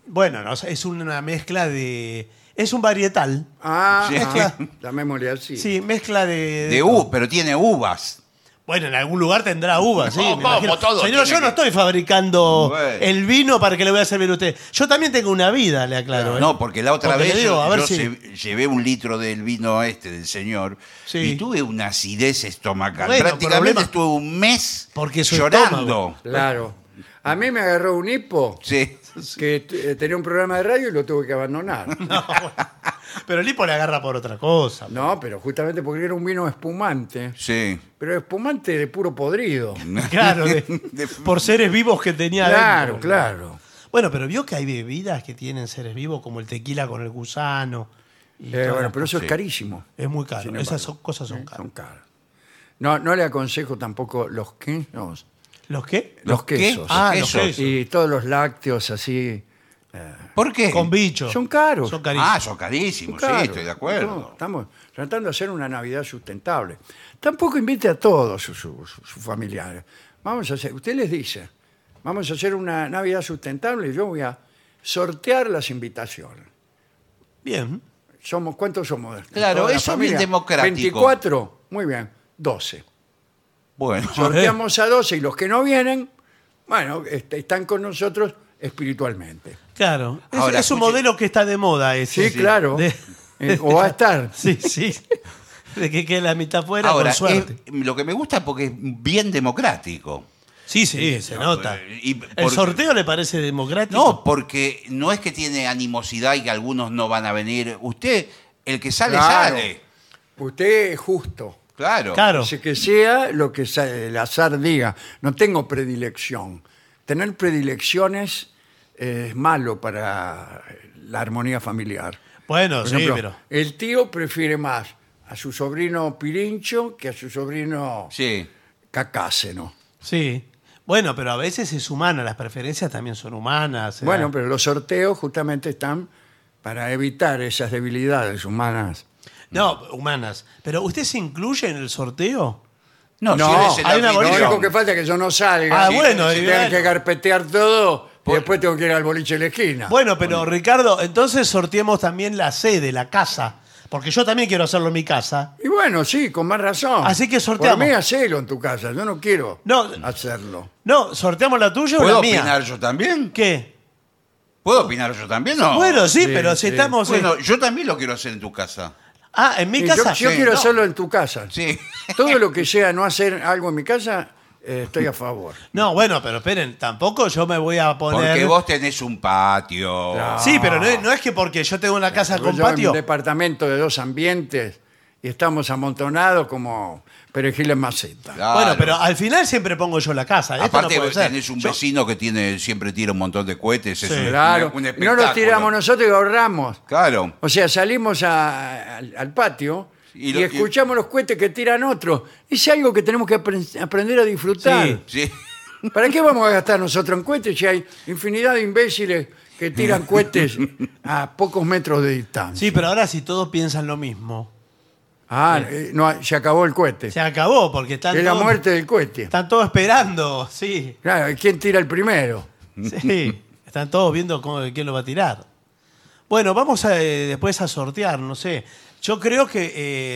Speaker 2: Bueno, no, es una mezcla de... Es un varietal.
Speaker 1: Ah,
Speaker 3: Sí.
Speaker 1: ah, llamémosle así.
Speaker 2: Sí, mezcla de...
Speaker 3: De u, pero tiene uvas.
Speaker 2: Bueno, en algún lugar tendrá uvas, sí.
Speaker 3: No,
Speaker 2: me
Speaker 3: vamos,
Speaker 2: imagino.
Speaker 3: todo
Speaker 2: Señor,
Speaker 3: tiene
Speaker 2: yo no
Speaker 3: que-
Speaker 2: estoy fabricando
Speaker 3: Bueno.
Speaker 2: el vino para que le voy a servir a usted. Yo también tengo una vida, le aclaro. ¿eh?
Speaker 3: No, porque la otra
Speaker 2: Porque le
Speaker 3: vez
Speaker 2: digo,
Speaker 3: yo,
Speaker 2: a ver
Speaker 3: yo
Speaker 2: si-
Speaker 3: se- llevé un litro del vino este del señor
Speaker 2: Sí.
Speaker 3: y tuve una acidez estomacal.
Speaker 2: Bueno,
Speaker 3: Prácticamente
Speaker 2: problema.
Speaker 3: estuve un mes
Speaker 2: Porque su
Speaker 3: llorando.
Speaker 2: estómago.
Speaker 1: Claro. A mí me agarró un hipo
Speaker 3: Sí.
Speaker 1: que eh, tenía un programa de radio y lo tuve que abandonar.
Speaker 2: No, bueno. Pero el hipo le agarra por otra cosa.
Speaker 1: No, pero justamente porque era un vino espumante.
Speaker 3: Sí.
Speaker 1: Pero espumante de puro podrido.
Speaker 2: Claro, de-
Speaker 3: De-
Speaker 2: por seres vivos que tenía
Speaker 1: Claro,
Speaker 2: adentro.
Speaker 1: claro.
Speaker 2: Bueno, pero vio que hay bebidas que tienen seres vivos, como el tequila con el gusano. y
Speaker 1: Eh,
Speaker 2: todas
Speaker 1: bueno,
Speaker 2: las
Speaker 1: pero eso es
Speaker 3: Sí.
Speaker 1: carísimo.
Speaker 2: cosas. es muy
Speaker 1: Sin
Speaker 2: caro.
Speaker 1: embargo,
Speaker 2: Esas son- cosas son
Speaker 1: eh,
Speaker 2: caras.
Speaker 1: caras. No, no le aconsejo tampoco los quesos.
Speaker 2: ¿Los qué?
Speaker 1: Los
Speaker 3: qué?
Speaker 1: quesos.
Speaker 2: Ah,
Speaker 3: Los
Speaker 2: los
Speaker 3: quesos.
Speaker 2: quesos.
Speaker 1: Y todos los lácteos así.
Speaker 3: ¿Por qué?
Speaker 2: Con bicho.
Speaker 1: Son caros.
Speaker 2: Son carísimos.
Speaker 3: ah, son carísimos,
Speaker 1: Claro.
Speaker 3: sí, estoy de acuerdo.
Speaker 1: No, estamos tratando de hacer una Navidad sustentable. Tampoco invite a todos sus, sus- sus familiares. Vamos a hacer, usted les dice, vamos a hacer una Navidad sustentable y yo voy a sortear las invitaciones.
Speaker 2: Bien.
Speaker 1: Somos, ¿Cuántos somos?
Speaker 3: Claro,
Speaker 1: ¿Toda la
Speaker 3: eso es
Speaker 1: familia?
Speaker 3: bien democrático.
Speaker 1: 24, muy bien, 12.
Speaker 3: Bueno,
Speaker 1: Sorteamos a 12 y los que no vienen, bueno, este, están con nosotros espiritualmente.
Speaker 2: Claro. Es,
Speaker 3: Ahora,
Speaker 2: es un
Speaker 3: escuche-
Speaker 2: modelo que está de moda ese.
Speaker 1: Sí, claro.
Speaker 2: De-
Speaker 1: Eh, o va a estar.
Speaker 2: sí, sí. De que quede la mitad fuera,
Speaker 3: ahora, eh,
Speaker 2: con suerte.
Speaker 3: es- lo que me gusta porque es bien democrático.
Speaker 2: sí, sí, se
Speaker 3: no,
Speaker 2: nota.
Speaker 3: eh, y
Speaker 2: ¿El
Speaker 3: por-
Speaker 2: sorteo le parece democrático?
Speaker 3: No, porque no es que tiene animosidad y que algunos no van a venir. Usted, el que sale,
Speaker 1: Claro.
Speaker 3: sale.
Speaker 1: Usted es justo.
Speaker 3: Claro.
Speaker 2: Claro.
Speaker 1: Así que sea lo que sa- el azar diga. No tengo predilección. Tener predilecciones eh, es malo para la armonía familiar.
Speaker 2: Bueno,
Speaker 1: Por
Speaker 2: Ah, sí,
Speaker 1: ejemplo,
Speaker 2: pero.
Speaker 1: El tío prefiere más a su sobrino Pirincho que a su sobrino
Speaker 3: Sí.
Speaker 1: Cacáceno.
Speaker 2: Sí. Bueno, pero a veces es humana, las preferencias también son humanas. ¿eh?
Speaker 1: Bueno, pero los sorteos justamente están para evitar esas debilidades humanas.
Speaker 2: No, humanas. Pero usted se incluye en el sorteo.
Speaker 3: No,
Speaker 1: No,
Speaker 3: si él es el
Speaker 2: hay una
Speaker 1: Lo
Speaker 2: Bueno,
Speaker 3: anfitrión.
Speaker 1: único que falta es que yo no salga.
Speaker 2: Ah, bueno,
Speaker 1: y
Speaker 2: y
Speaker 1: tenga
Speaker 2: bueno.
Speaker 1: que carpetear todo y después tengo que ir al boliche de la esquina.
Speaker 2: Bueno, pero Ricardo, entonces sorteemos también la sede, la casa. Porque yo también quiero hacerlo en mi casa.
Speaker 1: Y bueno, sí, con más razón.
Speaker 2: Así que sorteamos.
Speaker 1: Por mí hacelo en tu casa, yo no quiero
Speaker 2: No.
Speaker 1: hacerlo.
Speaker 2: No, sorteamos la tuya o
Speaker 3: ¿Puedo
Speaker 2: la mía.
Speaker 3: opinar yo también?
Speaker 2: ¿Qué?
Speaker 3: ¿Puedo opinar yo también? No.
Speaker 2: bueno, sí,
Speaker 1: sí,
Speaker 2: pero
Speaker 1: sí.
Speaker 2: si estamos. en-
Speaker 3: Bueno, eh, yo también lo quiero hacer en tu casa.
Speaker 2: ah, en mi
Speaker 1: Y
Speaker 2: casa.
Speaker 1: yo yo
Speaker 3: Sí,
Speaker 1: quiero
Speaker 3: no.
Speaker 1: hacerlo en tu casa.
Speaker 3: Sí.
Speaker 1: Todo lo que sea no hacer algo en mi casa, eh, estoy a favor.
Speaker 2: No, bueno, pero esperen, tampoco yo me voy a poner.
Speaker 3: Porque vos tenés un patio.
Speaker 1: Claro.
Speaker 2: Sí, pero no
Speaker 1: Ah.
Speaker 2: es, no es que porque yo tengo una casa
Speaker 1: Porque
Speaker 2: con
Speaker 1: yo en
Speaker 2: patio.
Speaker 1: un departamento de dos ambientes y estamos amontonados como perejiles maceta.
Speaker 3: Claro.
Speaker 2: Bueno, pero al final siempre pongo yo la casa. Esto
Speaker 3: Aparte
Speaker 2: no puede
Speaker 3: vos
Speaker 2: ser.
Speaker 3: tenés un
Speaker 2: Yo-
Speaker 3: vecino que tiene siempre tira un montón de cohetes. es
Speaker 2: Sí.
Speaker 3: un,
Speaker 1: Claro.
Speaker 3: un
Speaker 1: no
Speaker 3: espectáculo.
Speaker 1: nos tiramos nosotros y ahorramos.
Speaker 3: Claro.
Speaker 1: O sea, salimos a- al, al patio y,
Speaker 3: Y lo- y-
Speaker 1: escuchamos los cohetes que tiran otros. Es algo que tenemos que apren- aprender a disfrutar.
Speaker 2: Sí.
Speaker 3: Sí.
Speaker 1: ¿Para qué vamos a gastar nosotros en cohetes si hay infinidad de imbéciles que tiran cohetes a pocos metros de distancia?
Speaker 2: Sí, pero ahora si todos piensan lo mismo,
Speaker 1: Ah, eh, no, se acabó el cohete.
Speaker 2: se acabó porque están
Speaker 1: Es la
Speaker 2: todos-
Speaker 1: muerte del cohete.
Speaker 2: Están todos esperando, sí.
Speaker 1: Claro, ¿quién tira el primero?
Speaker 2: Sí. Están todos viendo cómo, quién lo va a tirar. Bueno, vamos a, eh, después a sortear, no sé. Yo creo que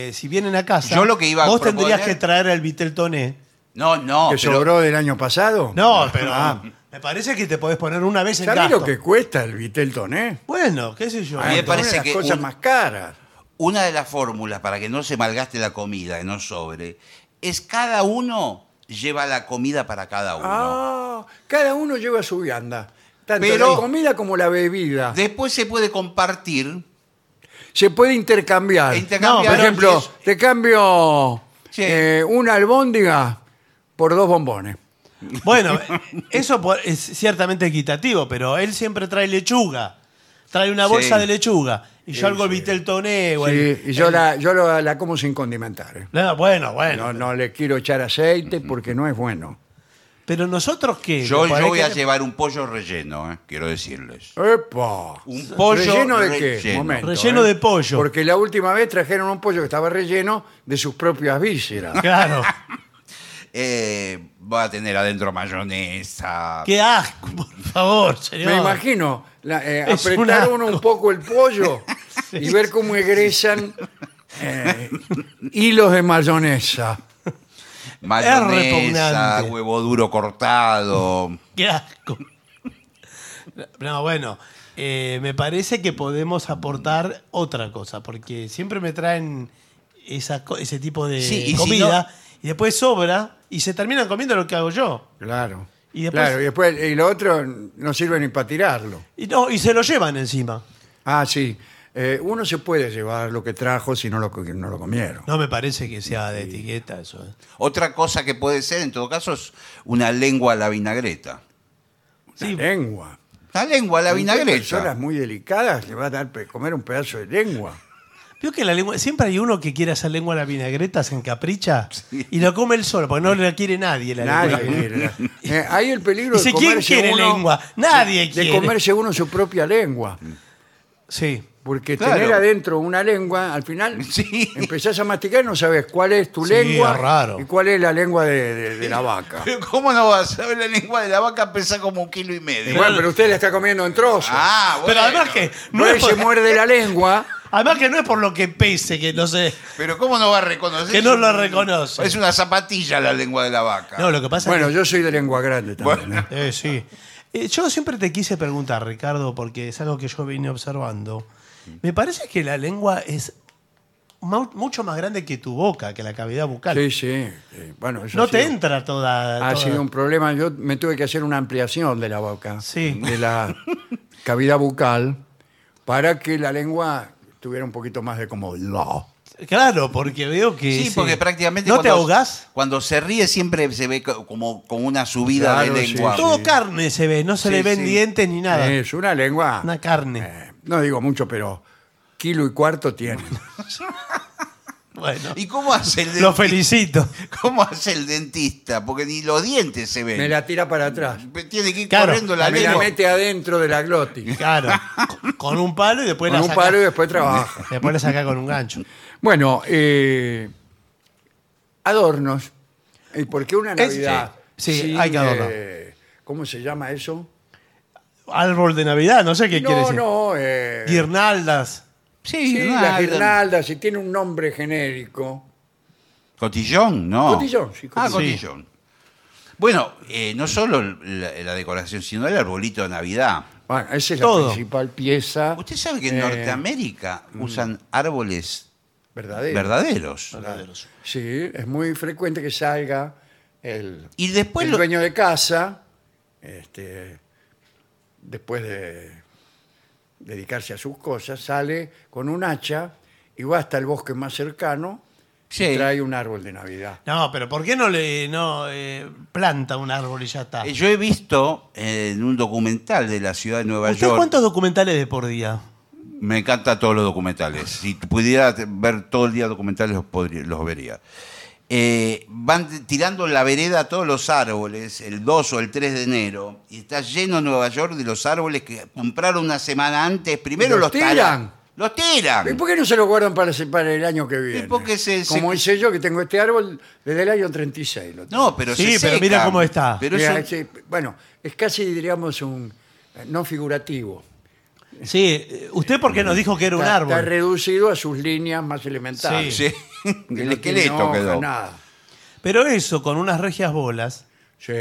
Speaker 2: eh, si vienen a casa,
Speaker 3: Yo lo que iba a
Speaker 2: vos tendrías
Speaker 3: proponer-
Speaker 2: que traer el Vitel Toné.
Speaker 3: No, no.
Speaker 1: ¿Que
Speaker 3: pero-
Speaker 1: sobró del año pasado?
Speaker 2: No, pero
Speaker 1: Ah,
Speaker 2: me parece que te podés poner una vez en
Speaker 1: ¿Sabés
Speaker 2: gasto.
Speaker 1: lo que cuesta el Vitel Toné?
Speaker 2: Bueno, qué sé yo.
Speaker 3: A mí me
Speaker 1: Es una
Speaker 3: parece
Speaker 1: de las
Speaker 3: que
Speaker 1: cosas
Speaker 3: un-
Speaker 1: más caras.
Speaker 3: Una de las fórmulas para que no se malgaste la comida, que no sobre, es cada uno lleva la comida para cada uno.
Speaker 1: Ah, cada uno lleva su vianda. Tanto
Speaker 3: Pero-
Speaker 1: la comida como la bebida.
Speaker 3: Después se puede compartir.
Speaker 1: Se puede
Speaker 2: Ah.
Speaker 1: intercambiar.
Speaker 3: Intercambiar.
Speaker 1: No, por
Speaker 3: Pero
Speaker 1: ejemplo,
Speaker 3: si
Speaker 1: te cambio
Speaker 3: Sí.
Speaker 1: eh, una albóndiga por dos bombones.
Speaker 2: Bueno, eso po- es ciertamente equitativo, pero él siempre trae lechuga. Trae una bolsa
Speaker 3: Sí.
Speaker 2: de lechuga. Y yo algo el
Speaker 1: sí.
Speaker 2: Vitel Toné. o el-
Speaker 1: Sí, y
Speaker 3: Eh.
Speaker 1: yo, la, yo lo- la como sin condimentar. eh.
Speaker 2: No, bueno, bueno.
Speaker 1: No, no le quiero echar aceite porque no es bueno.
Speaker 2: Pero nosotros qué?
Speaker 3: Yo,
Speaker 2: ¿Me parece
Speaker 3: yo voy a
Speaker 2: que-
Speaker 3: llevar un pollo relleno, eh, quiero decirles.
Speaker 1: ¡Epa!
Speaker 3: Un pollo
Speaker 1: ¿Relleno de qué?
Speaker 3: relleno.
Speaker 1: Momento, eh.
Speaker 2: Relleno de pollo.
Speaker 1: Porque la última vez trajeron un pollo que estaba relleno de sus propias vísceras.
Speaker 2: Claro.
Speaker 3: Eh, va a tener adentro mayonesa.
Speaker 2: Qué asco, por favor, señor.
Speaker 1: Me imagino, la- eh,
Speaker 2: Ah. Es un
Speaker 1: apretar
Speaker 2: asco.
Speaker 1: uno un poco el pollo y ver cómo egresan eh, hilos de mayonesa.
Speaker 3: Mayonesa,
Speaker 2: repugnante.
Speaker 3: huevo duro cortado.
Speaker 2: Qué asco. No, bueno, eh, me parece que podemos aportar otra cosa, porque siempre me traen esa co- ese tipo de
Speaker 3: Sí, y si
Speaker 2: comida y después sobra y se terminan comiendo lo que hago yo.
Speaker 1: Claro.
Speaker 2: Y después-
Speaker 1: Claro, y después y lo otro no sirve ni para tirarlo.
Speaker 2: Y, no, y se lo llevan encima.
Speaker 1: Ah, sí. Eh, uno se puede llevar lo que trajo si no lo, co- no lo comieron.
Speaker 2: No me parece que sea de etiqueta eso. eh.
Speaker 3: Otra cosa que puede ser, en todo caso, es una lengua a la vinagreta.
Speaker 2: Sí,
Speaker 1: Lengua.
Speaker 3: La lengua a la
Speaker 1: Hay personas
Speaker 3: vinagreta.
Speaker 1: muy delicadas le va a dar pe- comer un pedazo de lengua.
Speaker 2: Veo que la lengua, siempre hay uno que quiere hacer lengua a la vinagreta, se encapricha y lo come él solo, porque no la quiere nadie la lengua.
Speaker 1: Nadie. Eh, hay el peligro de
Speaker 2: Dice, ¿quién
Speaker 1: comerse
Speaker 2: quiere
Speaker 1: uno-
Speaker 2: lengua? Nadie
Speaker 1: de
Speaker 2: quiere.
Speaker 1: comerse uno su propia lengua.
Speaker 2: Sí.
Speaker 1: Porque
Speaker 3: Claro.
Speaker 1: tener adentro una lengua, al final
Speaker 3: Sí.
Speaker 1: empezás a masticar y no sabes cuál es tu
Speaker 2: Sí,
Speaker 1: lengua
Speaker 2: es raro.
Speaker 1: y cuál es la lengua de, de- de la vaca.
Speaker 3: Pero ¿Cómo no vas a saber la lengua de la vaca? Pesa como un kilo y medio.
Speaker 1: Bueno, pero usted la está comiendo en trozos.
Speaker 3: ah, bueno.
Speaker 2: Pero además que no,
Speaker 1: no
Speaker 2: es
Speaker 1: se
Speaker 2: por,
Speaker 1: muerde la lengua.
Speaker 2: además que no es por lo que pese, que no sé.
Speaker 3: Pero ¿cómo no va a reconocer?
Speaker 2: Que no lo reconoce.
Speaker 3: Es una zapatilla la lengua de la vaca.
Speaker 2: No, lo que pasa
Speaker 1: Bueno,
Speaker 2: es
Speaker 1: yo soy de lengua grande también.
Speaker 3: Bueno.
Speaker 1: ¿eh?
Speaker 2: que. Eh, sí. Eh, yo siempre te quise preguntar, Ricardo, porque es algo que yo vine observando. Me parece que la lengua es mau- mucho más grande que tu boca, que la cavidad bucal.
Speaker 1: Sí, sí. sí. Ah, Bueno, eso
Speaker 2: no
Speaker 1: ha
Speaker 2: te
Speaker 1: sido-
Speaker 2: entra toda.
Speaker 1: Ha
Speaker 2: toda-
Speaker 1: sido un problema. Yo me tuve que hacer una ampliación de la boca,
Speaker 2: Sí.
Speaker 1: de la cavidad bucal, para que la lengua tuviera un poquito más de comodidad.
Speaker 2: Claro, porque veo que.
Speaker 3: Sí, porque prácticamente.
Speaker 2: ¿No te
Speaker 3: cuando-
Speaker 2: ahogás?
Speaker 3: Cuando se ríe siempre se ve co- como, como una subida
Speaker 1: Claro,
Speaker 3: de
Speaker 1: sí,
Speaker 3: lengua.
Speaker 1: sí.
Speaker 2: Todo carne se ve, no se
Speaker 3: Sí,
Speaker 2: le ven
Speaker 3: sí.
Speaker 2: dientes ni nada.
Speaker 1: Es una lengua.
Speaker 2: Una carne.
Speaker 1: eh, no digo mucho, pero kilo y cuarto tiene.
Speaker 2: Bueno,
Speaker 3: ¿Y cómo hace el
Speaker 2: lo
Speaker 3: dentista?
Speaker 2: felicito.
Speaker 3: ¿Cómo hace el dentista? Porque ni los dientes se ven.
Speaker 1: Me la tira para atrás.
Speaker 3: Tiene que ir
Speaker 2: Claro,
Speaker 3: corriendo la
Speaker 1: me la
Speaker 3: lengua.
Speaker 1: mete adentro de la glotis.
Speaker 2: Claro. Con un palo y después
Speaker 1: Con
Speaker 2: la
Speaker 1: un
Speaker 2: saca-
Speaker 1: palo y después trabaja.
Speaker 2: Después la saca con un gancho.
Speaker 1: Bueno, eh, adornos. ¿Y por qué una
Speaker 2: Es-
Speaker 1: Navidad?
Speaker 2: sí, sí,
Speaker 1: sin,
Speaker 2: hay que adornar.
Speaker 1: eh, ¿Cómo se llama eso?
Speaker 2: Árbol de Navidad, no sé qué quiere
Speaker 1: no,
Speaker 2: decir.
Speaker 1: no. eh,
Speaker 2: Guirnaldas.
Speaker 1: sí,
Speaker 3: guirnalda.
Speaker 1: las guirnaldas, si tiene un nombre genérico.
Speaker 3: Cotillón, no.
Speaker 1: Cotillón, sí,
Speaker 3: Ah,
Speaker 2: cotillón.
Speaker 3: cotillón. Bueno, eh, no solo la, la decoración, sino el arbolito de Navidad.
Speaker 1: Bueno, esa es
Speaker 2: Todo.
Speaker 1: la principal pieza.
Speaker 3: Usted sabe que en
Speaker 1: eh, Mm.
Speaker 3: Norteamérica usan árboles
Speaker 1: verdadera.
Speaker 3: verdaderos.
Speaker 1: Sí, es muy frecuente que salga el,
Speaker 3: Y después
Speaker 1: el
Speaker 3: Pues lo-
Speaker 1: dueño de casa, este, después de dedicarse a sus cosas, sale con un hacha y va hasta el bosque más cercano y
Speaker 3: Sí.
Speaker 1: trae un árbol de Navidad.
Speaker 2: No, pero ¿por qué no le no, eh, planta un árbol y ya está?
Speaker 1: Ah.
Speaker 3: Eh, Yo he visto eh, en un documental de la ciudad de Nueva
Speaker 2: ¿Usted
Speaker 3: York.
Speaker 2: cuántos documentales de por día?
Speaker 3: Me encanta todos los
Speaker 1: Ah.
Speaker 3: documentales. Si pudiera te- ver todo el día documentales, los, podría- los vería. Eh, van t- tirando en la vereda todos los árboles el 2 o el 3 de enero y está lleno Nueva York de los árboles que compraron una semana antes. Primero
Speaker 1: ¿Los
Speaker 3: los,
Speaker 1: tiran?
Speaker 3: talan- Los tiran.
Speaker 1: ¿Y por qué no se lo guardan para, se- para el año que viene?
Speaker 3: porque se- se-
Speaker 1: Como hice yo, que tengo este árbol desde el año 36. lo tengo.
Speaker 3: No, pero
Speaker 2: Sí,
Speaker 3: se
Speaker 2: pero
Speaker 3: secan.
Speaker 2: mira cómo está.
Speaker 3: Pero
Speaker 1: Mira,
Speaker 3: eso-
Speaker 1: sí, bueno, es casi, diríamos, un eh, no figurativo.
Speaker 2: Sí, eh, usted porque nos dijo que era un
Speaker 1: Está- Está
Speaker 2: árbol.
Speaker 1: reducido a sus líneas más elementales.
Speaker 3: Sí.
Speaker 1: Que
Speaker 3: El
Speaker 1: no tiene
Speaker 3: esqueleto
Speaker 1: hoja,
Speaker 3: quedó.
Speaker 1: Nada.
Speaker 2: Pero eso, con unas regias bolas.
Speaker 1: Sí.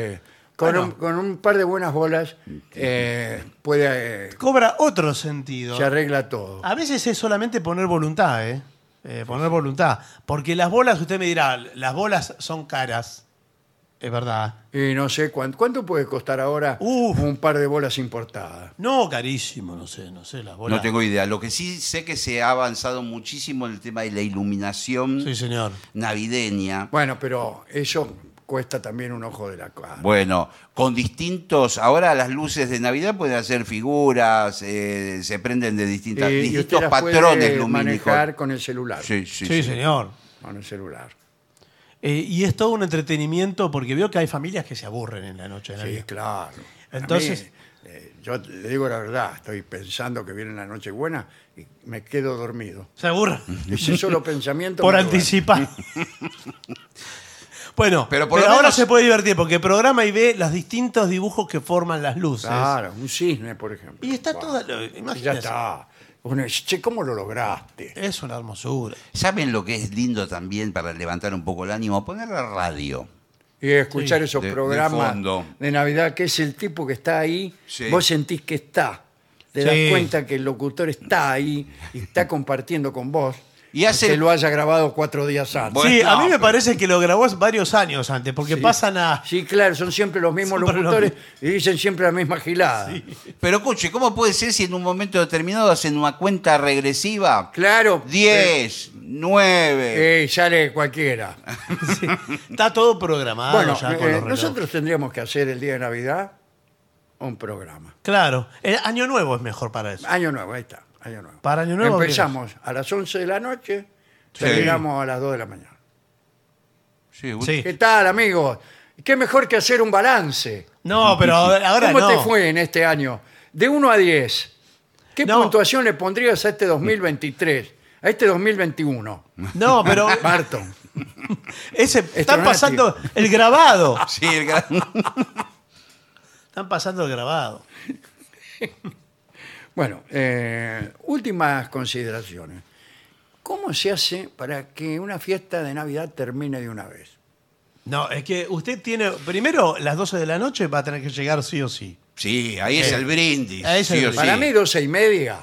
Speaker 1: Con,
Speaker 2: Bueno.
Speaker 1: un, con un par de buenas bolas eh, puede eh,
Speaker 2: Cobra otro sentido.
Speaker 1: se arregla todo.
Speaker 2: A veces es solamente poner voluntad, ¿eh? Eh, poner voluntad. Porque las bolas, usted me dirá, las bolas son caras. Es verdad.
Speaker 1: Y no sé cuánto, cuánto puede costar ahora
Speaker 2: Uf.
Speaker 1: un par de bolas importadas.
Speaker 2: No, carísimo, no sé, no sé, las bolas.
Speaker 3: No tengo idea. Lo que sí sé que se ha avanzado muchísimo en el tema de la iluminación
Speaker 2: Sí, señor.
Speaker 3: navideña.
Speaker 1: Bueno, pero eso cuesta también un ojo de la cara.
Speaker 3: Bueno, con distintos. Ahora las luces de Navidad pueden hacer figuras, eh, se prenden de distintas,
Speaker 1: y, y usted
Speaker 3: distintos
Speaker 1: las
Speaker 3: patrones
Speaker 1: puede
Speaker 3: lumínicos.
Speaker 1: manejar con el celular.
Speaker 3: Sí, sí,
Speaker 2: Sí,
Speaker 3: sí.
Speaker 2: señor.
Speaker 1: Con el celular.
Speaker 2: Eh, y es todo un entretenimiento porque veo que hay familias que se aburren en la noche de
Speaker 1: Sí,
Speaker 2: Navidad.
Speaker 1: claro. A
Speaker 2: Entonces-
Speaker 1: mí, eh, yo le digo la verdad, estoy pensando que viene la noche buena y me quedo dormido.
Speaker 2: Se aburren.
Speaker 1: Ese solo pensamiento.
Speaker 2: Por
Speaker 1: me duerme.
Speaker 2: anticipar. bueno, pero,
Speaker 3: Pero por lo
Speaker 2: ahora
Speaker 3: menos-
Speaker 2: se puede divertir porque programa y ve los distintos dibujos que forman las luces.
Speaker 1: Claro, un cisne, por ejemplo.
Speaker 2: Y está
Speaker 1: Buah,
Speaker 2: toda. lo-
Speaker 1: Ya
Speaker 2: imagínese.
Speaker 1: está. Uno dice, che, ¿cómo lo lograste?
Speaker 2: Es una hermosura.
Speaker 3: ¿Saben lo que es lindo también para levantar un poco el ánimo? Poner la radio.
Speaker 1: Y escuchar esos
Speaker 3: de- de
Speaker 1: programas de,
Speaker 3: fondo.
Speaker 1: Navidad, que es el tipo que está ahí,
Speaker 3: Sí.
Speaker 1: vos sentís que está. Te
Speaker 2: Sí.
Speaker 1: das cuenta que el locutor está ahí y está compartiendo con vos.
Speaker 3: Y hace-
Speaker 1: Que lo haya grabado cuatro días antes.
Speaker 3: Bueno,
Speaker 2: sí, a mí me
Speaker 3: pero-
Speaker 2: parece que lo grabó varios años antes porque pasan a.
Speaker 1: Sí, claro, son siempre los mismos
Speaker 2: Siempre los
Speaker 1: locutores y dicen siempre la misma gilada.
Speaker 3: Pero escuche, ¿cómo puede ser si en un momento determinado hacen una cuenta regresiva?
Speaker 1: Claro.
Speaker 3: 10, 9.
Speaker 1: eh, eh, sale cualquiera.
Speaker 2: sí, está todo programado
Speaker 1: bueno,
Speaker 2: Ah, ya con
Speaker 1: eh,
Speaker 2: los relojes.
Speaker 1: nosotros tendríamos que hacer el día de Navidad un programa.
Speaker 2: Claro, el año nuevo es mejor para eso.
Speaker 1: Año nuevo, ahí está. Año nuevo.
Speaker 2: Para Año Nuevo
Speaker 1: Empezamos a las 11 de la noche,
Speaker 3: Sí.
Speaker 1: terminamos a las 2 de la mañana.
Speaker 3: Sí,
Speaker 2: Sí.
Speaker 1: ¿Qué tal, amigos? Qué mejor que hacer un balance.
Speaker 2: No, pero ahora
Speaker 1: ¿Cómo
Speaker 2: no.
Speaker 1: te fue en este año? De 1 a 10. ¿Qué
Speaker 2: No.
Speaker 1: puntuación le pondrías a este 2023? A este 2021.
Speaker 2: No, pero
Speaker 1: Barton.
Speaker 2: ese, están
Speaker 1: Estronati.
Speaker 2: pasando el grabado.
Speaker 3: Sí, el gran-
Speaker 2: Están pasando el grabado.
Speaker 1: Bueno, eh, últimas consideraciones. ¿Cómo se hace para que una fiesta de Navidad termine de una vez?
Speaker 2: No, es que usted tiene. Primero, las 12 de la noche va a tener que llegar sí o sí.
Speaker 3: Sí, ahí es el brindis.
Speaker 2: Ahí es el
Speaker 3: sí o
Speaker 2: brindis.
Speaker 3: sí.
Speaker 1: Para mí, doce y media,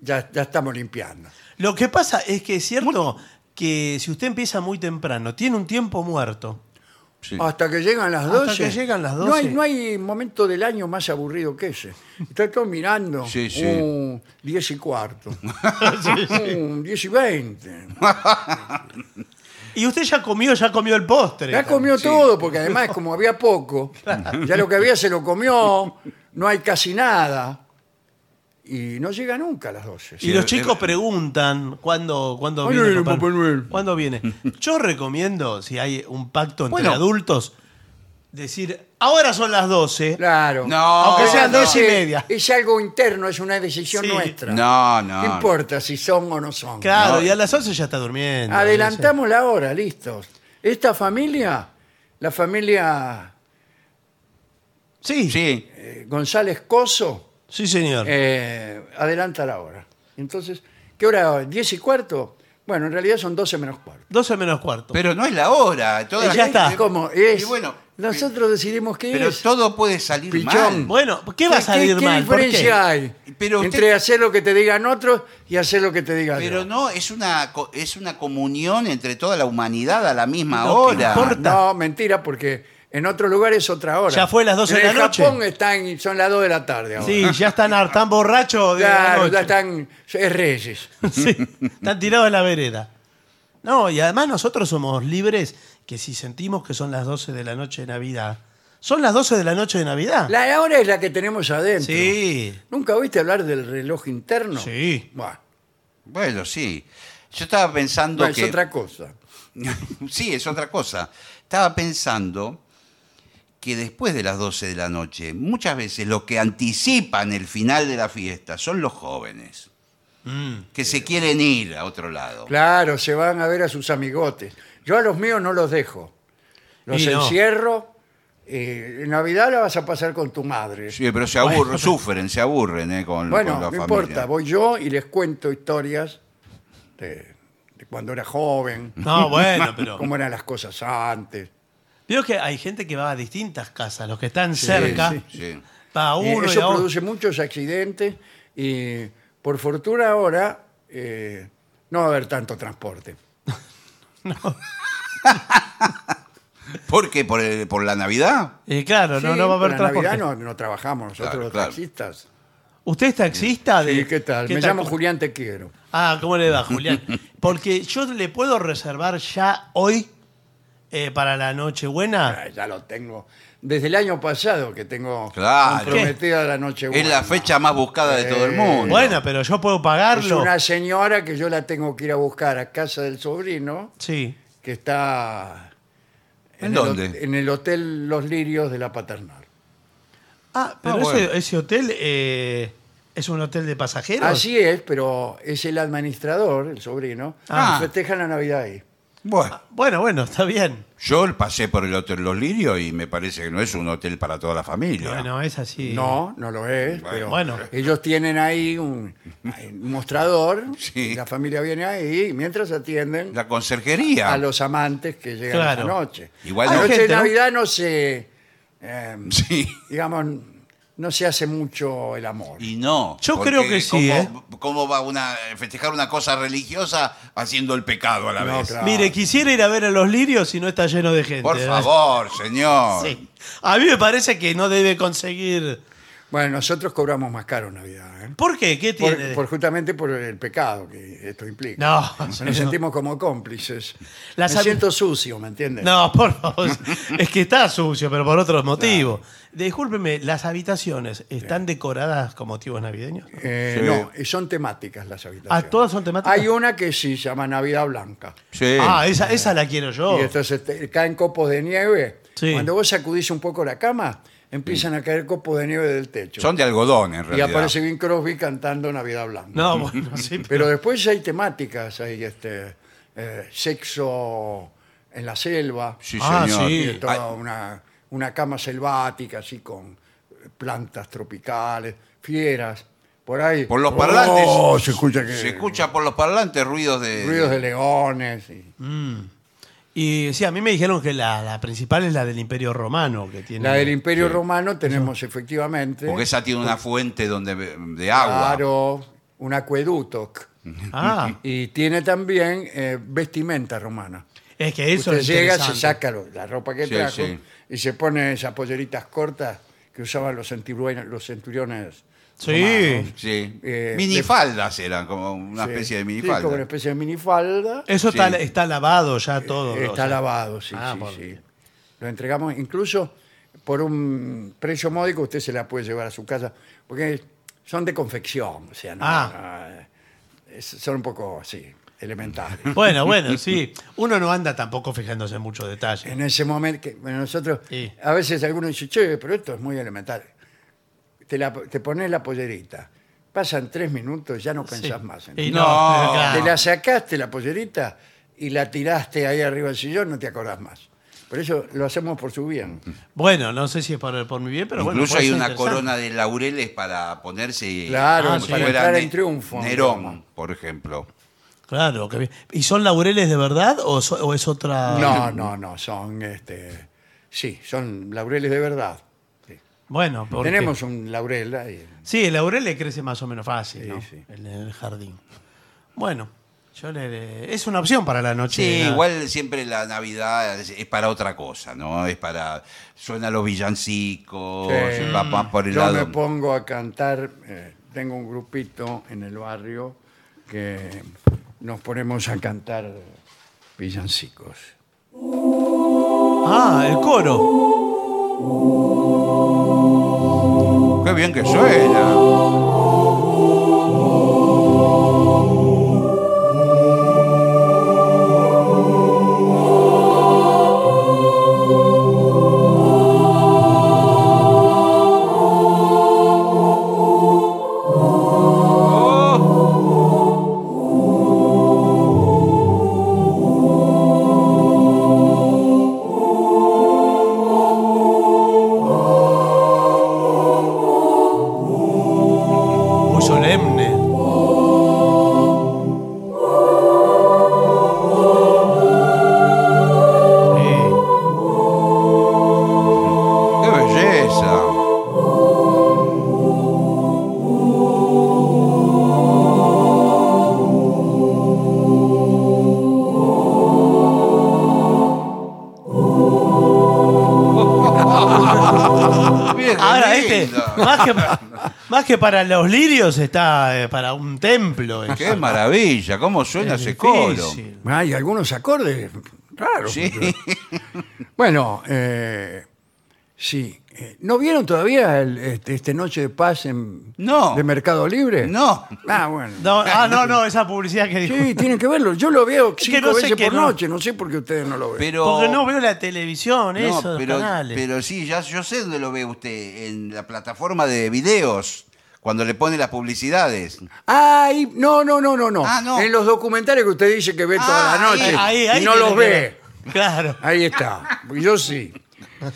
Speaker 1: ya, ya estamos limpiando.
Speaker 2: Lo que pasa es que es cierto que si usted empieza muy temprano, tiene un tiempo muerto.
Speaker 3: Sí.
Speaker 2: oh,
Speaker 1: Hasta que llegan las
Speaker 2: Hasta
Speaker 1: 12.
Speaker 2: que llegan las
Speaker 1: No hay,
Speaker 2: 12.
Speaker 1: no hay momento del año más aburrido que ese. Está todo mirando.
Speaker 3: Sí, sí.
Speaker 1: Un 10 y cuarto. Un 10 y 20.
Speaker 2: Y usted ya comió, ya comió el postre.
Speaker 1: Ya comió todo, porque además, como había poco, ya lo que había se lo comió, no hay casi nada. Y no llega nunca a las 12.
Speaker 2: Y los chicos preguntan cuándo, cuándo
Speaker 1: Ay,
Speaker 2: viene.
Speaker 1: el Papá Noel.
Speaker 2: ¿Cuándo viene? Yo recomiendo, si hay un pacto entre
Speaker 3: Bueno.
Speaker 2: adultos, decir, ahora son las 12.
Speaker 1: Claro.
Speaker 3: No,
Speaker 2: Aunque sean
Speaker 1: no,
Speaker 2: dos y
Speaker 1: es-
Speaker 2: media.
Speaker 1: Es algo interno, es una decisión
Speaker 2: Sí.
Speaker 1: nuestra.
Speaker 3: No, no.
Speaker 1: No importa si son o no son.
Speaker 2: Claro,
Speaker 3: No.
Speaker 2: y a las 11 ya está durmiendo.
Speaker 1: Adelantamos la hora, listos. Esta familia, la familia
Speaker 2: Sí, sí,
Speaker 3: Sí.
Speaker 1: eh, González Coso,
Speaker 2: señor.
Speaker 1: eh, adelanta la hora. Entonces, ¿qué hora? ¿10 y cuarto? Bueno, en realidad son 12 menos cuarto.
Speaker 2: 12 menos cuarto.
Speaker 3: Pero no es la hora. toda
Speaker 2: Eh,
Speaker 3: la
Speaker 2: ya
Speaker 3: gente-
Speaker 2: está. Ah.
Speaker 1: ¿Cómo? Es,
Speaker 3: Y bueno,
Speaker 1: nosotros decidimos qué
Speaker 3: pero
Speaker 1: es.
Speaker 3: todo puede salir
Speaker 1: Pichón.
Speaker 3: mal.
Speaker 2: bueno, ¿qué va a salir
Speaker 1: ¿Qué,
Speaker 2: mal? ¿Por qué?
Speaker 1: diferencia hay
Speaker 3: Pero usted-
Speaker 1: entre hacer lo que te digan otros y hacer lo que te diga
Speaker 3: Pero
Speaker 1: yo?
Speaker 3: no, es una, co- es una comunión entre toda la humanidad a la
Speaker 2: Lo
Speaker 3: misma
Speaker 2: que
Speaker 3: hora.
Speaker 2: importa.
Speaker 1: No, mentira, porque en otro lugar es otra hora.
Speaker 2: Ya fue las 12
Speaker 1: En
Speaker 2: de
Speaker 1: el
Speaker 2: la noche.
Speaker 1: Japón están, son las 2 de la tarde ahora.
Speaker 2: Sí, ya están ar- tan borrachos de la
Speaker 1: Claro,
Speaker 2: noche.
Speaker 1: ya están. Es Reyes.
Speaker 2: Sí, están tirados en la vereda. No, y además nosotros somos libres que si sentimos que son las 12 de la noche de Navidad, Son las 12 de la noche de Navidad.
Speaker 1: La hora es la que tenemos adentro.
Speaker 2: Ah. Sí.
Speaker 1: ¿Nunca oíste hablar del reloj interno?
Speaker 2: Sí.
Speaker 1: Buah,
Speaker 3: Bueno, sí. Yo estaba pensando
Speaker 1: no, es
Speaker 3: que...
Speaker 1: otra cosa.
Speaker 3: sí, es otra cosa. Estaba pensando que después de las 12 de la noche, muchas veces lo que anticipan el final de la fiesta son los jóvenes,
Speaker 2: Mm.
Speaker 3: que se quieren ir a otro lado.
Speaker 1: Claro, se van a ver a sus amigotes. Yo a los míos no los dejo. Los
Speaker 2: Y no.
Speaker 1: encierro. eh, en Navidad la vas a pasar con tu madre.
Speaker 3: Sí, pero se aburren, sufren, se aburren eh, con,
Speaker 1: bueno,
Speaker 3: con la
Speaker 1: no
Speaker 3: familia.
Speaker 1: importa, voy yo y les cuento historias de, de cuando era joven,
Speaker 2: No, bueno, pero.
Speaker 1: cómo eran las cosas antes.
Speaker 2: Veo que hay gente que va a distintas casas, los que están cerca.
Speaker 1: sí,
Speaker 3: Sí.
Speaker 2: Va a
Speaker 1: Eh,
Speaker 2: uno y
Speaker 1: eso
Speaker 2: a otro.
Speaker 1: produce muchos accidentes y por fortuna ahora eh, no va a haber tanto transporte.
Speaker 3: ¿Por qué? ¿Por, el- por la Navidad?
Speaker 2: Eh, claro, no,
Speaker 1: Sí,
Speaker 2: no va a haber
Speaker 1: con la
Speaker 2: transporte.
Speaker 1: Navidad no, no trabajamos nosotros
Speaker 3: Claro,
Speaker 1: los
Speaker 3: claro.
Speaker 1: taxistas.
Speaker 2: ¿Usted es taxista? De,
Speaker 1: Sí, ¿qué tal? Me llamo Julián Te Quiero.
Speaker 2: Ah, ¿cómo le va, Julián? Porque yo le puedo reservar ya hoy eh, para la Nochebuena.
Speaker 1: Ah, ya lo tengo. Desde el año pasado que tengo
Speaker 3: Claro.
Speaker 1: comprometida la noche. Eh,
Speaker 3: Es la fecha más buscada de todo el mundo.
Speaker 2: Bueno, pero yo puedo
Speaker 1: Es
Speaker 2: pagarlo.
Speaker 1: una señora que yo la tengo que ir a buscar a casa del sobrino
Speaker 2: Sí.
Speaker 1: que está...
Speaker 3: ¿En
Speaker 1: el
Speaker 3: dónde?
Speaker 1: hot- en el Hotel Los Lirios de la Paternal.
Speaker 2: Ah, pero
Speaker 3: Ah,
Speaker 2: ese,
Speaker 3: bueno.
Speaker 2: ese hotel eh, es un hotel de pasajeros.
Speaker 1: Así es, pero es el administrador, el sobrino,
Speaker 3: Ah.
Speaker 1: y festeja la Navidad ahí.
Speaker 3: Bueno,
Speaker 2: Bueno, bueno, está bien.
Speaker 3: yo pasé por el Hotel Los Lirios y me parece que no es un hotel para toda la familia.
Speaker 2: Bueno, es así.
Speaker 1: No, no lo es, pero
Speaker 2: Bueno.
Speaker 1: ellos tienen ahí un, un mostrador,
Speaker 3: Sí.
Speaker 1: y la familia viene ahí, y mientras atienden
Speaker 3: La conserjería.
Speaker 1: a los amantes que llegan
Speaker 2: Claro.
Speaker 1: esa noche.
Speaker 3: Igual
Speaker 1: la
Speaker 3: no-
Speaker 1: noche
Speaker 2: Hay gente,
Speaker 1: de
Speaker 2: ¿no?
Speaker 1: Navidad no se, eh,
Speaker 3: Sí.
Speaker 1: digamos, no se hace mucho el amor.
Speaker 3: Y no.
Speaker 2: Yo
Speaker 3: porque
Speaker 2: creo que sí, ¿eh?
Speaker 3: ¿Cómo, cómo va una festejar una cosa religiosa haciendo el pecado a la
Speaker 1: No,
Speaker 3: vez?
Speaker 1: claro.
Speaker 2: Mire, quisiera ir a ver a los lirios si no está lleno de gente.
Speaker 3: Por
Speaker 2: ¿eh?
Speaker 3: favor, señor.
Speaker 2: Sí. A mí me parece que no debe conseguir.
Speaker 1: Bueno, nosotros cobramos más caro Navidad, ¿eh?
Speaker 2: ¿Por qué? ¿Qué
Speaker 1: Por-
Speaker 2: tiene? de-
Speaker 1: por- justamente por el pecado que esto implica.
Speaker 2: No, señor.
Speaker 1: Nos sentimos como cómplices.
Speaker 2: Las
Speaker 1: Me
Speaker 2: am-
Speaker 1: siento sucio, ¿me entiendes?
Speaker 2: No, por favor. es que está sucio, pero por otros motivos. Discúlpeme, ¿las habitaciones están decoradas con motivos navideños?
Speaker 1: Eh,
Speaker 3: Sí.
Speaker 1: No, eh, son temáticas las habitaciones.
Speaker 2: Ah, ¿todas son temáticas?
Speaker 1: Hay una que sí, se llama Navidad Blanca.
Speaker 3: Sí.
Speaker 2: Ah, esa, esa la quiero yo.
Speaker 1: Y entonces te- caen copos de nieve.
Speaker 2: Sí.
Speaker 1: Cuando vos sacudís un poco la cama, empiezan a caer copos de nieve del techo.
Speaker 3: Son de algodón, en
Speaker 1: y
Speaker 3: realidad.
Speaker 1: aparece Bing Crosby cantando Navidad Blanca.
Speaker 2: No, bueno, sí. Pero...
Speaker 1: Pero después hay temáticas, hay este, eh, sexo en la selva,
Speaker 3: Sí,
Speaker 2: Ah,
Speaker 3: señor.
Speaker 2: sí.
Speaker 1: y toda
Speaker 3: Ay,
Speaker 1: una, una cama selvática, así con plantas tropicales, fieras, por ahí.
Speaker 3: por los
Speaker 1: Oh,
Speaker 3: parlantes.
Speaker 1: se escucha que-
Speaker 3: se escucha por los parlantes ruidos de.
Speaker 1: ruidos de leones. y-
Speaker 2: Mm. Y sí, a mí me dijeron que la, la principal es la del Imperio Romano. que tiene
Speaker 1: La del Imperio Romano tenemos efectivamente.
Speaker 3: Porque esa tiene una fuente donde de agua.
Speaker 1: Claro, un acueducto.
Speaker 2: Ah,
Speaker 1: Y tiene también eh, vestimenta romana.
Speaker 2: es que eso
Speaker 1: Usted
Speaker 2: es
Speaker 1: llega, se
Speaker 2: interesante.
Speaker 1: saca lo- la ropa que
Speaker 3: Sí,
Speaker 1: trajo
Speaker 3: sí.
Speaker 1: y se pone esas polleritas cortas que usaban los centuriones. Los centuriones
Speaker 2: Sí,
Speaker 3: Sí.
Speaker 1: Eh,
Speaker 3: minifaldas eran, como una
Speaker 1: Sí.
Speaker 3: especie de
Speaker 1: Sí,
Speaker 3: minifalda.
Speaker 1: como una especie de minifalda.
Speaker 2: eso
Speaker 3: Sí.
Speaker 2: Está, está lavado ya todo.
Speaker 1: Eh, Está
Speaker 2: o sea.
Speaker 1: lavado, sí,
Speaker 2: Ah,
Speaker 1: sí,
Speaker 2: por-
Speaker 1: sí. Lo entregamos incluso por un precio módico, usted se la puede llevar a su casa, porque son de confección, o sea, no-
Speaker 2: Ah.
Speaker 1: no, es- son un poco así, elementales.
Speaker 2: Bueno, bueno, sí. Uno no anda tampoco fijándose en muchos detalles.
Speaker 1: En ese momento, que, bueno, nosotros,
Speaker 2: Sí.
Speaker 1: a veces algunos dicen, che, pero esto es muy elemental. Te, la, te pones la pollerita, pasan tres minutos, ya no pensás más. en
Speaker 2: Y
Speaker 1: nada.
Speaker 2: no,
Speaker 3: No,
Speaker 2: pero claro.
Speaker 1: Te la sacaste la pollerita y la tiraste ahí arriba del sillón, no te acordás más. Por eso lo hacemos por su bien.
Speaker 2: Bueno, no sé si es por, por mi bien, pero bueno.
Speaker 3: Incluso
Speaker 2: puede
Speaker 3: hay
Speaker 2: ser
Speaker 3: una
Speaker 2: interesante. Ah,
Speaker 3: corona de laureles para ponerse.
Speaker 1: Claro,
Speaker 3: como si
Speaker 1: para
Speaker 3: fuera
Speaker 1: entrar en
Speaker 3: Ne-
Speaker 1: triunfo.
Speaker 3: Nerón, por ejemplo.
Speaker 2: Claro, que bien. ¿Y son laureles de verdad o, so- o es
Speaker 3: Ah.
Speaker 2: otra.?
Speaker 1: No, no, no, son este sí, son laureles de verdad. Sí.
Speaker 2: Bueno, porque.
Speaker 1: Tenemos un laurel ahí.
Speaker 2: Sí, el laurel le crece más o menos fácil,
Speaker 1: Sí,
Speaker 2: ¿no?
Speaker 1: sí.
Speaker 2: En el jardín. Bueno, yo le, le- Es una opción para la noche.
Speaker 3: Sí,
Speaker 2: de la-
Speaker 3: igual siempre la Navidad es, es para otra cosa, ¿no? Es para. Suena los villancicos,
Speaker 1: Sí.
Speaker 3: va más Oh, por el
Speaker 1: Yo me
Speaker 3: lado.
Speaker 1: pongo a cantar, eh, tengo un grupito en el barrio que nos ponemos a cantar villancicos.
Speaker 2: Ah, el coro.
Speaker 3: Qué bien que suena.
Speaker 2: Muy solemne. Sí.
Speaker 3: Qué belleza. Bien,
Speaker 2: Ahora
Speaker 3: lindo.
Speaker 2: este, más que, más que para los lirios, está eh, para un templo. eh.
Speaker 3: Qué maravilla, cómo suena
Speaker 2: Es
Speaker 3: ese coro.
Speaker 2: difícil.
Speaker 1: Hay algunos acordes raros.
Speaker 3: Sí.
Speaker 1: Bueno, eh, sí. Eh, ¿No vieron todavía el- este, este Noche de Paz en,
Speaker 3: No.
Speaker 1: de Mercado Libre?
Speaker 3: No.
Speaker 1: Ah, bueno.
Speaker 2: No, ah, no, no, esa publicidad que dijo.
Speaker 1: Sí, tienen que verlo. Yo lo veo
Speaker 2: que
Speaker 1: cinco
Speaker 2: no sé
Speaker 1: veces
Speaker 2: que
Speaker 1: por
Speaker 2: no.
Speaker 1: noche. No sé por qué ustedes no lo ven.
Speaker 3: Pero,
Speaker 2: Porque no veo la televisión,
Speaker 3: No,
Speaker 2: eso,
Speaker 3: pero,
Speaker 2: los canales.
Speaker 3: pero sí, ya yo sé dónde lo ve usted, en la plataforma de videos, cuando le pone las publicidades.
Speaker 1: Ay, no, no, no, no, no.
Speaker 3: Ah, no.
Speaker 1: En los documentales que usted dice que ve toda
Speaker 3: Ah,
Speaker 1: la noche
Speaker 3: ahí,
Speaker 2: Ahí- ahí
Speaker 1: y no
Speaker 2: tiene
Speaker 1: los
Speaker 2: que
Speaker 1: ve.
Speaker 2: ver. Claro.
Speaker 1: Ahí está. Yo sí.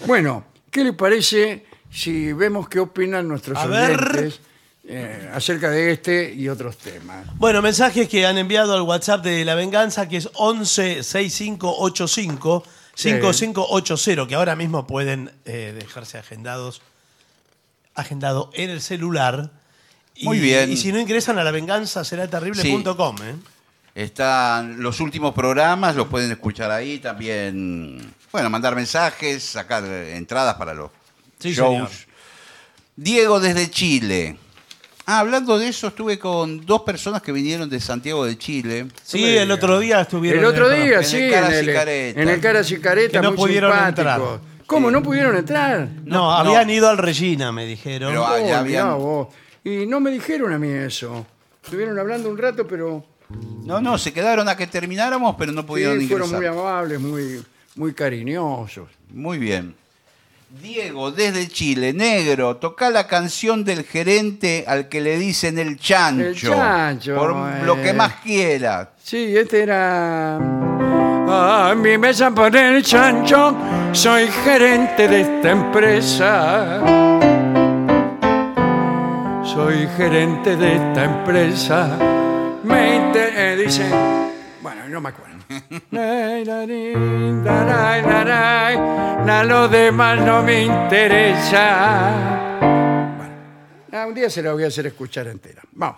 Speaker 1: Bueno, ¿qué le parece si vemos qué opinan nuestros
Speaker 2: A ver.
Speaker 1: oyentes eh, acerca de este y otros temas?
Speaker 2: Bueno, mensajes que han enviado al WhatsApp de La Venganza, que es 11 6585 5580, que ahora mismo pueden eh, dejarse agendados agendado en el celular. Y-
Speaker 3: Muy bien.
Speaker 2: Y si no ingresan a lavenganzaseraterrible.com. ¿eh?
Speaker 3: Están los últimos programas, los pueden escuchar ahí también. Bueno, mandar mensajes, sacar eh, entradas para los
Speaker 2: Sí,
Speaker 3: shows.
Speaker 2: señor.
Speaker 3: Diego desde Chile. Ah, hablando de eso, estuve con dos personas que vinieron de Santiago de Chile.
Speaker 2: Sí, el otro día estuvieron.
Speaker 1: El otro
Speaker 2: en programa.
Speaker 1: día,
Speaker 3: en
Speaker 1: sí,
Speaker 3: el Caras y
Speaker 1: en el,
Speaker 3: Caretas.
Speaker 1: en el Caras y Caretas,
Speaker 2: Que no
Speaker 1: muy
Speaker 2: pudieron
Speaker 1: simpáticos.
Speaker 2: entrar.
Speaker 1: ¿Cómo? ¿No pudieron entrar?
Speaker 2: No,
Speaker 3: No,
Speaker 2: habían
Speaker 3: no.
Speaker 2: ido al Regina, me dijeron.
Speaker 3: Pero, ah,
Speaker 1: Oh,
Speaker 3: ya
Speaker 1: mirá
Speaker 3: habían-
Speaker 1: vos. Y no me dijeron a mí eso. Estuvieron hablando un rato, pero
Speaker 3: No, no, se quedaron a que termináramos, pero no
Speaker 1: sí,
Speaker 3: pudieron ingresar.
Speaker 1: fueron muy amables, muy, muy cariñosos.
Speaker 3: Muy bien. Diego, desde Chile, negro, toca la canción del gerente al que le dicen el chancho.
Speaker 1: El chancho,
Speaker 3: Por
Speaker 1: eh.
Speaker 3: lo que más quiera.
Speaker 1: Sí, este era. mm, A mi mesa por el chancho, soy gerente de esta empresa. Soy gerente de esta empresa. Me inter- eh, dice. Bueno, no me acuerdo. Lai, larín, larai, larai, na, lo demás no me interesa. Bueno, ah, un día se la voy a hacer escuchar entera. Vamos.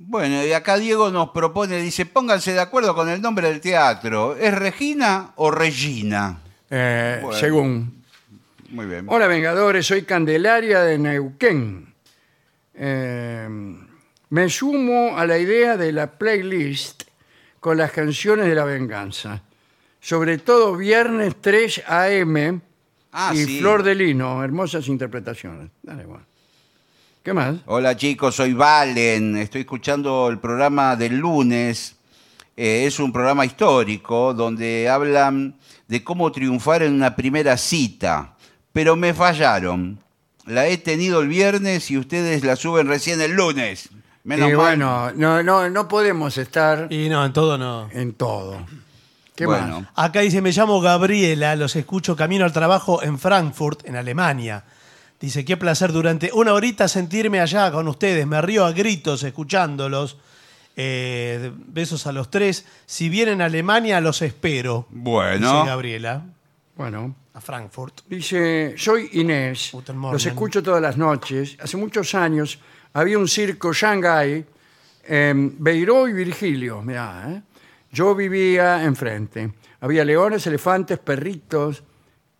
Speaker 3: Bueno, y acá Diego nos propone, dice, pónganse de acuerdo con el nombre del teatro. ¿Es Regina o Regina?
Speaker 1: Eh,
Speaker 3: Bueno.
Speaker 1: Según.
Speaker 3: Muy bien.
Speaker 1: Hola Vengadores, soy Candelaria de Neuquén. Eh, me sumo a la idea de la playlist con las canciones de la venganza. Sobre todo viernes 3 AM
Speaker 3: Ah,
Speaker 1: y
Speaker 3: sí.
Speaker 1: Flor de Lino, hermosas interpretaciones. Dale, bueno. ¿Qué más?
Speaker 3: Hola chicos, soy Valen. Estoy escuchando el programa del lunes. Eh, es un programa histórico donde hablan de cómo triunfar en una primera cita. Pero me fallaron. La he tenido el viernes y ustedes la suben recién el lunes. Menos
Speaker 1: Y
Speaker 3: mal.
Speaker 1: bueno, no, no, no podemos estar
Speaker 2: Y no, en todo no.
Speaker 1: en todo. ¿Qué
Speaker 3: Bueno.
Speaker 1: más?
Speaker 2: Acá dice, me llamo Gabriela, los escucho camino al trabajo en Frankfurt, en Alemania. Dice, qué placer durante una horita sentirme allá con ustedes. Me río a gritos escuchándolos. Eh, besos a los tres. Si vienen a Alemania, los espero.
Speaker 3: Bueno.
Speaker 2: Dice Gabriela,
Speaker 1: Bueno.
Speaker 2: a Frankfurt.
Speaker 1: Dice, soy Inés,
Speaker 2: Guten Morgen.
Speaker 1: los escucho todas las noches. Hace muchos años había un circo Shanghai en Beiró y Virgilio, mirá, ¿eh? Yo vivía enfrente. Había leones, elefantes, perritos.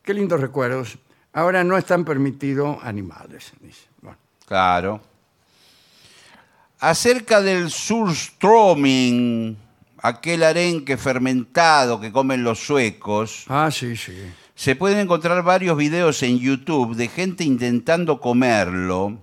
Speaker 1: Qué lindos recuerdos. Ahora no están permitidos animales. dice. Bueno,
Speaker 3: Claro. Acerca del surströmming, aquel arenque fermentado que comen los suecos.
Speaker 1: Ah, sí, sí.
Speaker 3: Se pueden encontrar varios videos en YouTube de gente intentando comerlo.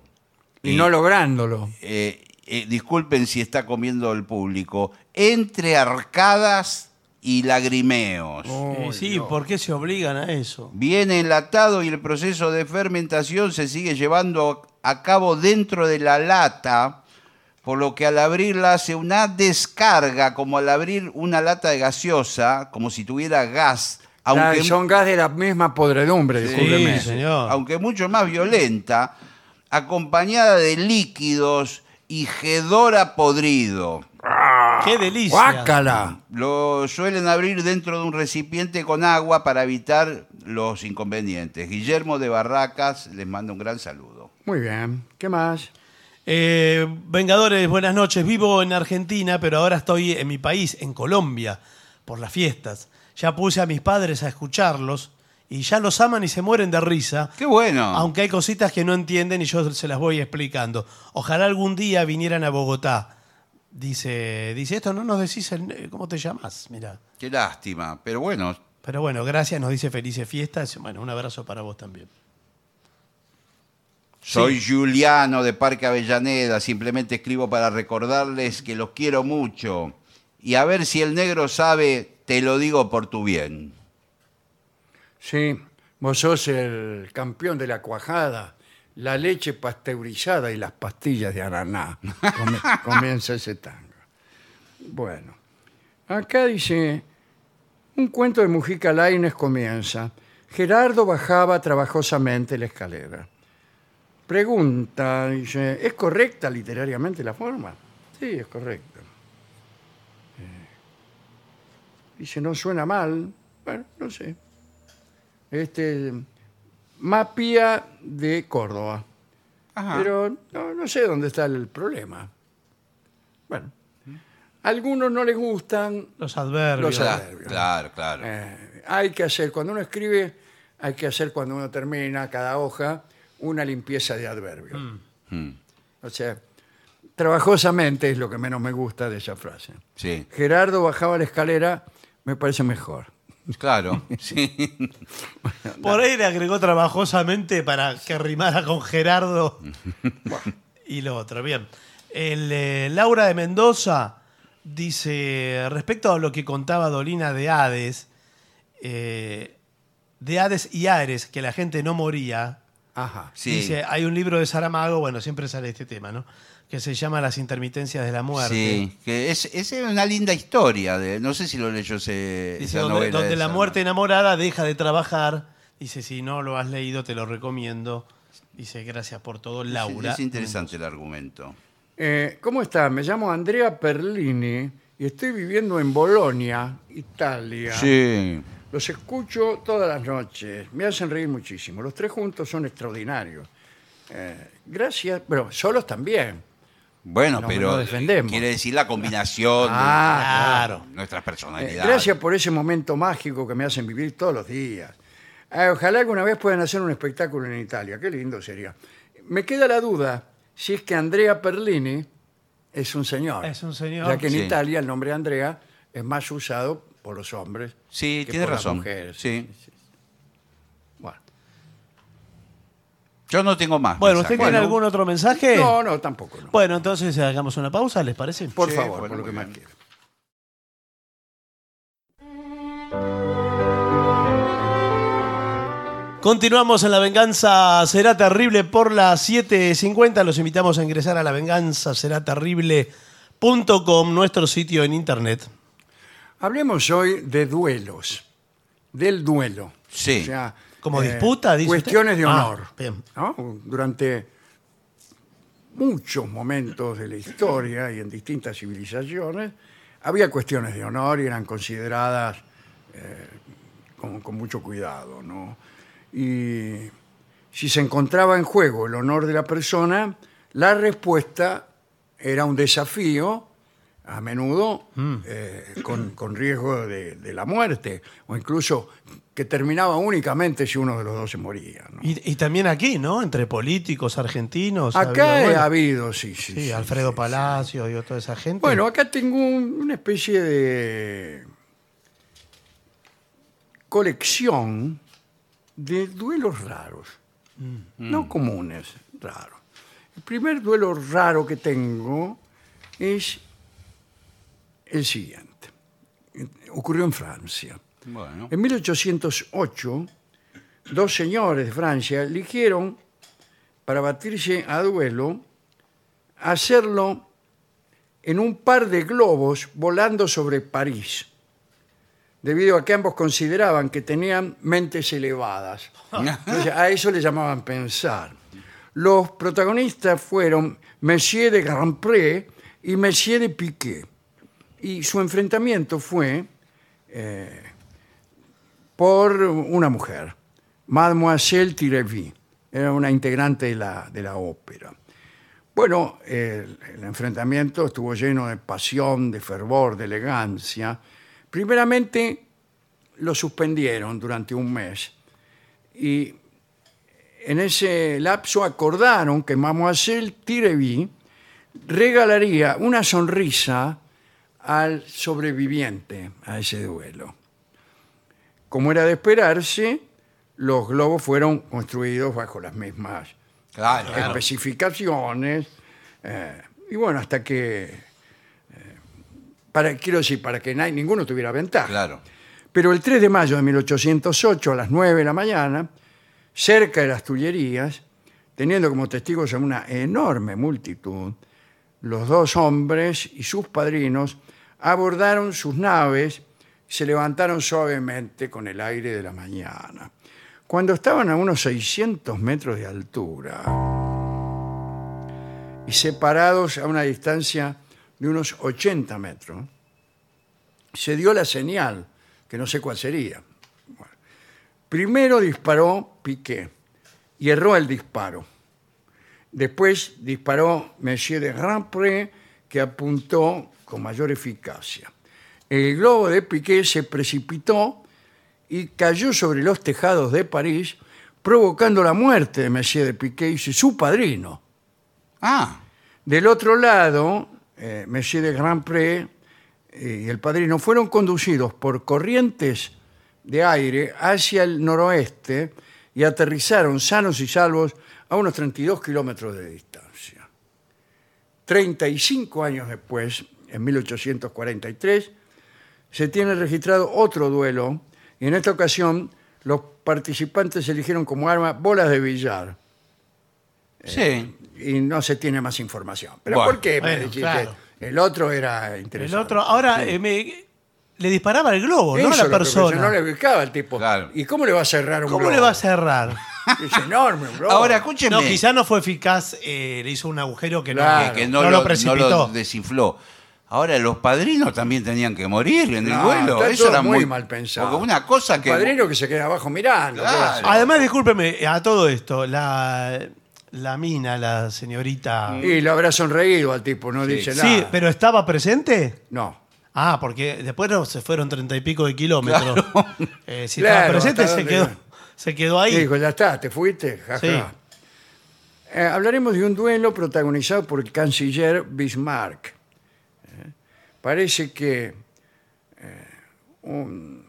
Speaker 1: y no lográndolo.
Speaker 3: Eh, eh, disculpen si está comiendo el público. Entre arcadas y lagrimeos.
Speaker 1: Oh,
Speaker 2: Eh, sí,
Speaker 1: Dios.
Speaker 2: ¿por qué se obligan a eso?
Speaker 3: Viene enlatado y el proceso de fermentación se sigue llevando a cabo dentro de la lata, por lo que al abrirla hace una descarga, como al abrir una lata de gaseosa, como si tuviera gas, aunque,
Speaker 1: Ah, Son gas de la misma podredumbre, discúlpeme.
Speaker 2: Sí, señor.
Speaker 3: aunque mucho más violenta, acompañada de líquidos y gedora podrido.
Speaker 2: ¡Qué delicia!
Speaker 1: ¡Guácala!
Speaker 3: Lo suelen abrir dentro de un recipiente con agua para evitar los inconvenientes. Guillermo de Barracas les manda un gran saludo.
Speaker 1: Muy bien. ¿Qué más?
Speaker 2: Eh, Vengadores, buenas noches. Vivo en Argentina, pero ahora estoy en mi país, en Colombia, por las fiestas. Ya puse a mis padres a escucharlos y ya los aman y se mueren de risa.
Speaker 3: ¡Qué bueno!
Speaker 2: Aunque hay cositas que no entienden y yo se las voy explicando. Ojalá algún día vinieran a Bogotá. Dice, dice esto no nos decís el- cómo te llamas, mira.
Speaker 3: Qué lástima, pero bueno,
Speaker 2: Pero bueno, gracias, nos dice felices fiestas. Bueno, un abrazo para vos también.
Speaker 3: soy Juliano de Parque Avellaneda, simplemente escribo para recordarles que los quiero mucho y a ver si el negro sabe, te lo digo por tu bien.
Speaker 1: Sí, vos sos el campeón de la cuajada, la leche pasteurizada y las pastillas de ananá. Come- Comienza ese tango. Bueno, acá dice, un cuento de Mujica Laines comienza. Gerardo bajaba trabajosamente la escalera. Pregunta, dice, ¿es correcta literariamente la forma? Sí, es correcta. Eh, dice, no suena mal. Bueno, no sé este, Mapia de Córdoba. Pero no, no sé dónde está el problema. Bueno, algunos no les gustan.
Speaker 2: Los adverbios.
Speaker 1: Los
Speaker 3: Cla-
Speaker 1: nervios.
Speaker 3: Claro, claro.
Speaker 1: eh, hay que hacer, cuando uno escribe, hay que hacer cuando uno termina cada hoja una limpieza de adverbios.
Speaker 3: Mm,
Speaker 1: O sea, trabajosamente es lo que menos me gusta de esa frase.
Speaker 3: Sí,
Speaker 1: Gerardo bajaba la escalera, me parece mejor.
Speaker 3: claro. sí.
Speaker 2: Por ahí le agregó trabajosamente para que rimara con Gerardo y lo otro. Bien. El, eh, Laura de Mendoza dice, respecto a lo que contaba Dolina de Hades, eh, de Hades y Ares, que la gente no moría,
Speaker 1: Ajá.
Speaker 3: Sí.
Speaker 2: dice, hay un libro de Saramago, bueno, siempre sale este tema, ¿no? Que se llama Las intermitencias de la muerte.
Speaker 3: Sí, que es, es una linda historia. De, no sé si lo leyó ese,
Speaker 2: Dice,
Speaker 3: esa
Speaker 2: donde,
Speaker 3: novela
Speaker 2: donde
Speaker 3: esa,
Speaker 2: la
Speaker 3: ¿no?
Speaker 2: muerte enamorada deja de trabajar. Dice, si no lo has leído, te lo recomiendo. Dice, gracias por todo, Laura.
Speaker 3: Es, es interesante el argumento.
Speaker 1: Eh, ¿Cómo está? Me llamo Andrea Perlini y estoy viviendo en Bolonia, Italia.
Speaker 3: Sí.
Speaker 1: Los escucho todas las noches. Me hacen reír muchísimo. Los tres juntos son extraordinarios. Eh, gracias, pero solos también.
Speaker 3: Bueno,
Speaker 1: No,
Speaker 3: pero
Speaker 1: no defendemos.
Speaker 3: quiere decir la combinación
Speaker 1: Ah,
Speaker 2: Claro.
Speaker 3: de nuestras
Speaker 1: Eh,
Speaker 3: personalidades.
Speaker 1: gracias por ese momento mágico que me hacen vivir todos los días. Eh, ojalá alguna vez puedan hacer un espectáculo en Italia. Qué lindo sería. Me queda la duda si es que Andrea Perlini es un señor.
Speaker 2: Mm. Es un señor.
Speaker 1: Ya que en
Speaker 3: Sí.
Speaker 1: Italia el nombre Andrea es más usado por los hombres.
Speaker 3: Sí,
Speaker 1: que
Speaker 3: tiene
Speaker 1: por las
Speaker 3: razón.
Speaker 1: mujeres.
Speaker 3: Sí.
Speaker 1: Bueno.
Speaker 3: Yo no tengo más.
Speaker 2: Bueno,
Speaker 3: mensajes.
Speaker 2: ¿usted tiene
Speaker 3: Bueno,
Speaker 2: algún otro mensaje?
Speaker 1: No, no, tampoco. no.
Speaker 2: Bueno, entonces eh, hagamos una pausa, ¿les parece?
Speaker 1: Por
Speaker 3: Sí,
Speaker 1: favor,
Speaker 3: bueno,
Speaker 1: por lo que
Speaker 3: muy
Speaker 1: más
Speaker 3: bien.
Speaker 1: quiera.
Speaker 2: Continuamos en La Venganza Será Terrible por las 7.50. Los invitamos a ingresar a lavenganzaseraterrible.com, nuestro sitio en internet.
Speaker 1: Hablemos hoy de duelos, del duelo.
Speaker 3: Sí.
Speaker 1: O sea, eh,
Speaker 2: Como disputa, dice
Speaker 1: Cuestiones
Speaker 2: usted.
Speaker 1: de
Speaker 2: Ah,
Speaker 1: honor.
Speaker 2: bien.
Speaker 1: ¿no? Durante muchos momentos de la historia y en distintas civilizaciones, había cuestiones de honor y eran consideradas eh, con, con mucho cuidado. ¿no? Y si se encontraba en juego el honor de la persona, la respuesta era un desafío, a menudo
Speaker 2: Mm.
Speaker 1: eh, con, con riesgo de, de la muerte, o incluso que terminaba únicamente si uno de los dos se moría. ¿no?
Speaker 2: Y, y también aquí, ¿no? Entre políticos argentinos. ha
Speaker 1: Acá eh,
Speaker 2: habido-
Speaker 1: ha
Speaker 2: bueno,
Speaker 1: habido, sí, sí.
Speaker 2: Sí,
Speaker 1: sí,
Speaker 2: Alfredo
Speaker 1: sí, sí.
Speaker 2: Palacio y toda esa gente.
Speaker 1: Bueno, acá tengo un- una especie de colección de duelos raros, no comunes, raros. El primer duelo raro que tengo es el siguiente. Ocurrió en Francia.
Speaker 3: Bueno.
Speaker 1: En 1808, dos señores de Francia eligieron para batirse a duelo hacerlo en un par de globos volando sobre París, debido a que ambos consideraban que tenían mentes elevadas. Entonces, a eso le llamaban pensar. Los protagonistas fueron Monsieur de Grandpré y Monsieur de Piquet. Y su enfrentamiento fue eh, por una mujer, Mademoiselle Tireville. Era una integrante de la, de la ópera. Bueno, el, el enfrentamiento estuvo lleno de pasión, de fervor, de elegancia. Primeramente lo suspendieron durante un mes y en ese lapso acordaron que Mademoiselle Tireville regalaría una sonrisa al sobreviviente a ese duelo. Como era de esperarse, los globos fueron construidos bajo las mismas
Speaker 3: Claro, claro.
Speaker 1: especificaciones. eh, y bueno, hasta que. eh, para, quiero decir, para que nadie- ninguno tuviera ventaja.
Speaker 3: Claro.
Speaker 1: Pero el 3 de mayo de 1808, a las 9 de la mañana, cerca de las Tullerías, teniendo como testigos a una enorme multitud, los dos hombres y sus padrinos abordaron sus naves y se levantaron suavemente con el aire de la mañana. Cuando estaban a unos 600 metros de altura y separados a una distancia de unos 80 metros, se dio la señal, que no sé cuál sería. Bueno. Primero disparó Piqué y erró el disparo. Después disparó Monsieur de Rampré, que apuntó con mayor eficacia. El globo de Piqué se precipitó y cayó sobre los tejados de París, provocando la muerte de Monsieur de Piqué y su padrino.
Speaker 3: Ah,
Speaker 1: Del otro lado, eh, Monsieur de Grandpré eh, y el padrino fueron conducidos por corrientes de aire hacia el noroeste y aterrizaron sanos y salvos a unos 32 kilómetros de distancia. 35 años después, en 1843, se tiene registrado otro duelo y en esta ocasión los participantes eligieron como arma bolas de billar
Speaker 3: sí.
Speaker 1: y no se tiene más información. Pero
Speaker 3: Bueno,
Speaker 1: ¿por qué? me
Speaker 2: bueno,
Speaker 1: decís
Speaker 2: claro.
Speaker 1: que El otro era interesante.
Speaker 2: El otro, ahora eh, me- le disparaba el globo,
Speaker 1: Eso
Speaker 2: no
Speaker 1: es
Speaker 2: a
Speaker 1: lo
Speaker 2: la
Speaker 1: que pensé, no
Speaker 2: persona.
Speaker 1: le ubicaba al tipo.
Speaker 3: Claro.
Speaker 1: ¿Y cómo le va a cerrar un
Speaker 2: ¿Cómo
Speaker 1: globo?
Speaker 2: le va a cerrar?
Speaker 1: Es enorme, un globo.
Speaker 3: Ahora, escúcheme.
Speaker 2: No, quizá no fue eficaz, eh, le hizo un agujero que no-
Speaker 1: Claro.
Speaker 2: que
Speaker 3: que
Speaker 2: no,
Speaker 3: no, lo,
Speaker 2: lo precipitó.
Speaker 3: no lo desinfló. Ahora, los padrinos también tenían que morir en el
Speaker 1: No,
Speaker 3: duelo.
Speaker 1: está
Speaker 3: Eso
Speaker 1: todo
Speaker 3: era
Speaker 1: muy
Speaker 3: muy,
Speaker 1: mal pensado.
Speaker 3: Porque una cosa
Speaker 1: El
Speaker 3: que.
Speaker 1: padrino que se queda abajo mirando. ¿qué va a hacer?
Speaker 3: Claro.
Speaker 2: Además, discúlpeme, eh, a todo esto, la, la mina, la señorita.
Speaker 1: Y lo habrá sonreído al tipo, no dice nada.
Speaker 2: Sí, pero ¿estaba presente?
Speaker 1: No.
Speaker 2: Ah, porque después no se fueron treinta y pico de kilómetros. Eh, si
Speaker 1: Claro,
Speaker 2: estaba presente,
Speaker 1: ¿hasta
Speaker 2: se
Speaker 1: dónde
Speaker 2: quedó,
Speaker 1: iba?
Speaker 2: se quedó ahí.
Speaker 1: Y dijo, ya está, te fuiste. ja,
Speaker 2: Sí.
Speaker 1: ja". Eh, hablaremos de un duelo protagonizado por el canciller Bismarck. Eh, parece que eh, un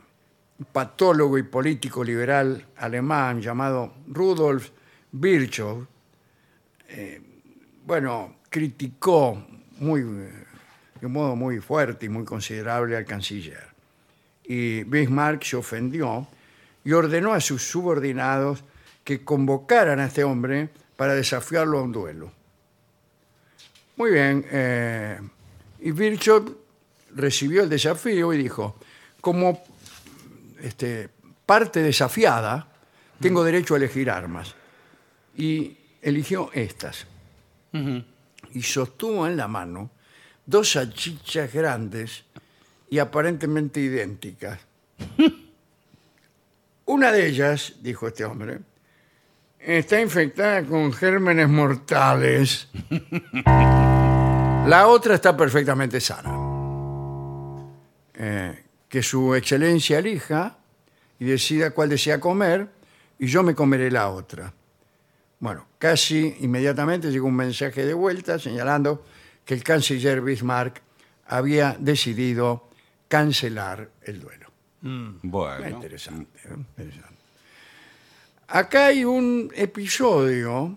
Speaker 1: patólogo y político liberal alemán llamado Rudolf Virchow, eh, bueno, criticó muy, eh, de un modo muy fuerte y muy considerable al canciller y Bismarck se ofendió y ordenó a sus subordinados que convocaran a este hombre para desafiarlo a un duelo. Muy bien, eh, y Virchow recibió el desafío y dijo, como este, parte desafiada, tengo derecho a elegir armas. Y eligió estas. Y sostuvo en la mano dos salchichas grandes y aparentemente idénticas. Una de ellas, dijo este hombre, está infectada con gérmenes mortales. La otra está perfectamente sana. Eh, que su excelencia elija y decida cuál desea comer y yo me comeré la otra. Bueno, casi inmediatamente llegó un mensaje de vuelta señalando que el canciller Bismarck había decidido cancelar el duelo.
Speaker 2: Mm.
Speaker 3: Bueno.
Speaker 1: Interesante, ¿eh? Interesante. Acá hay un episodio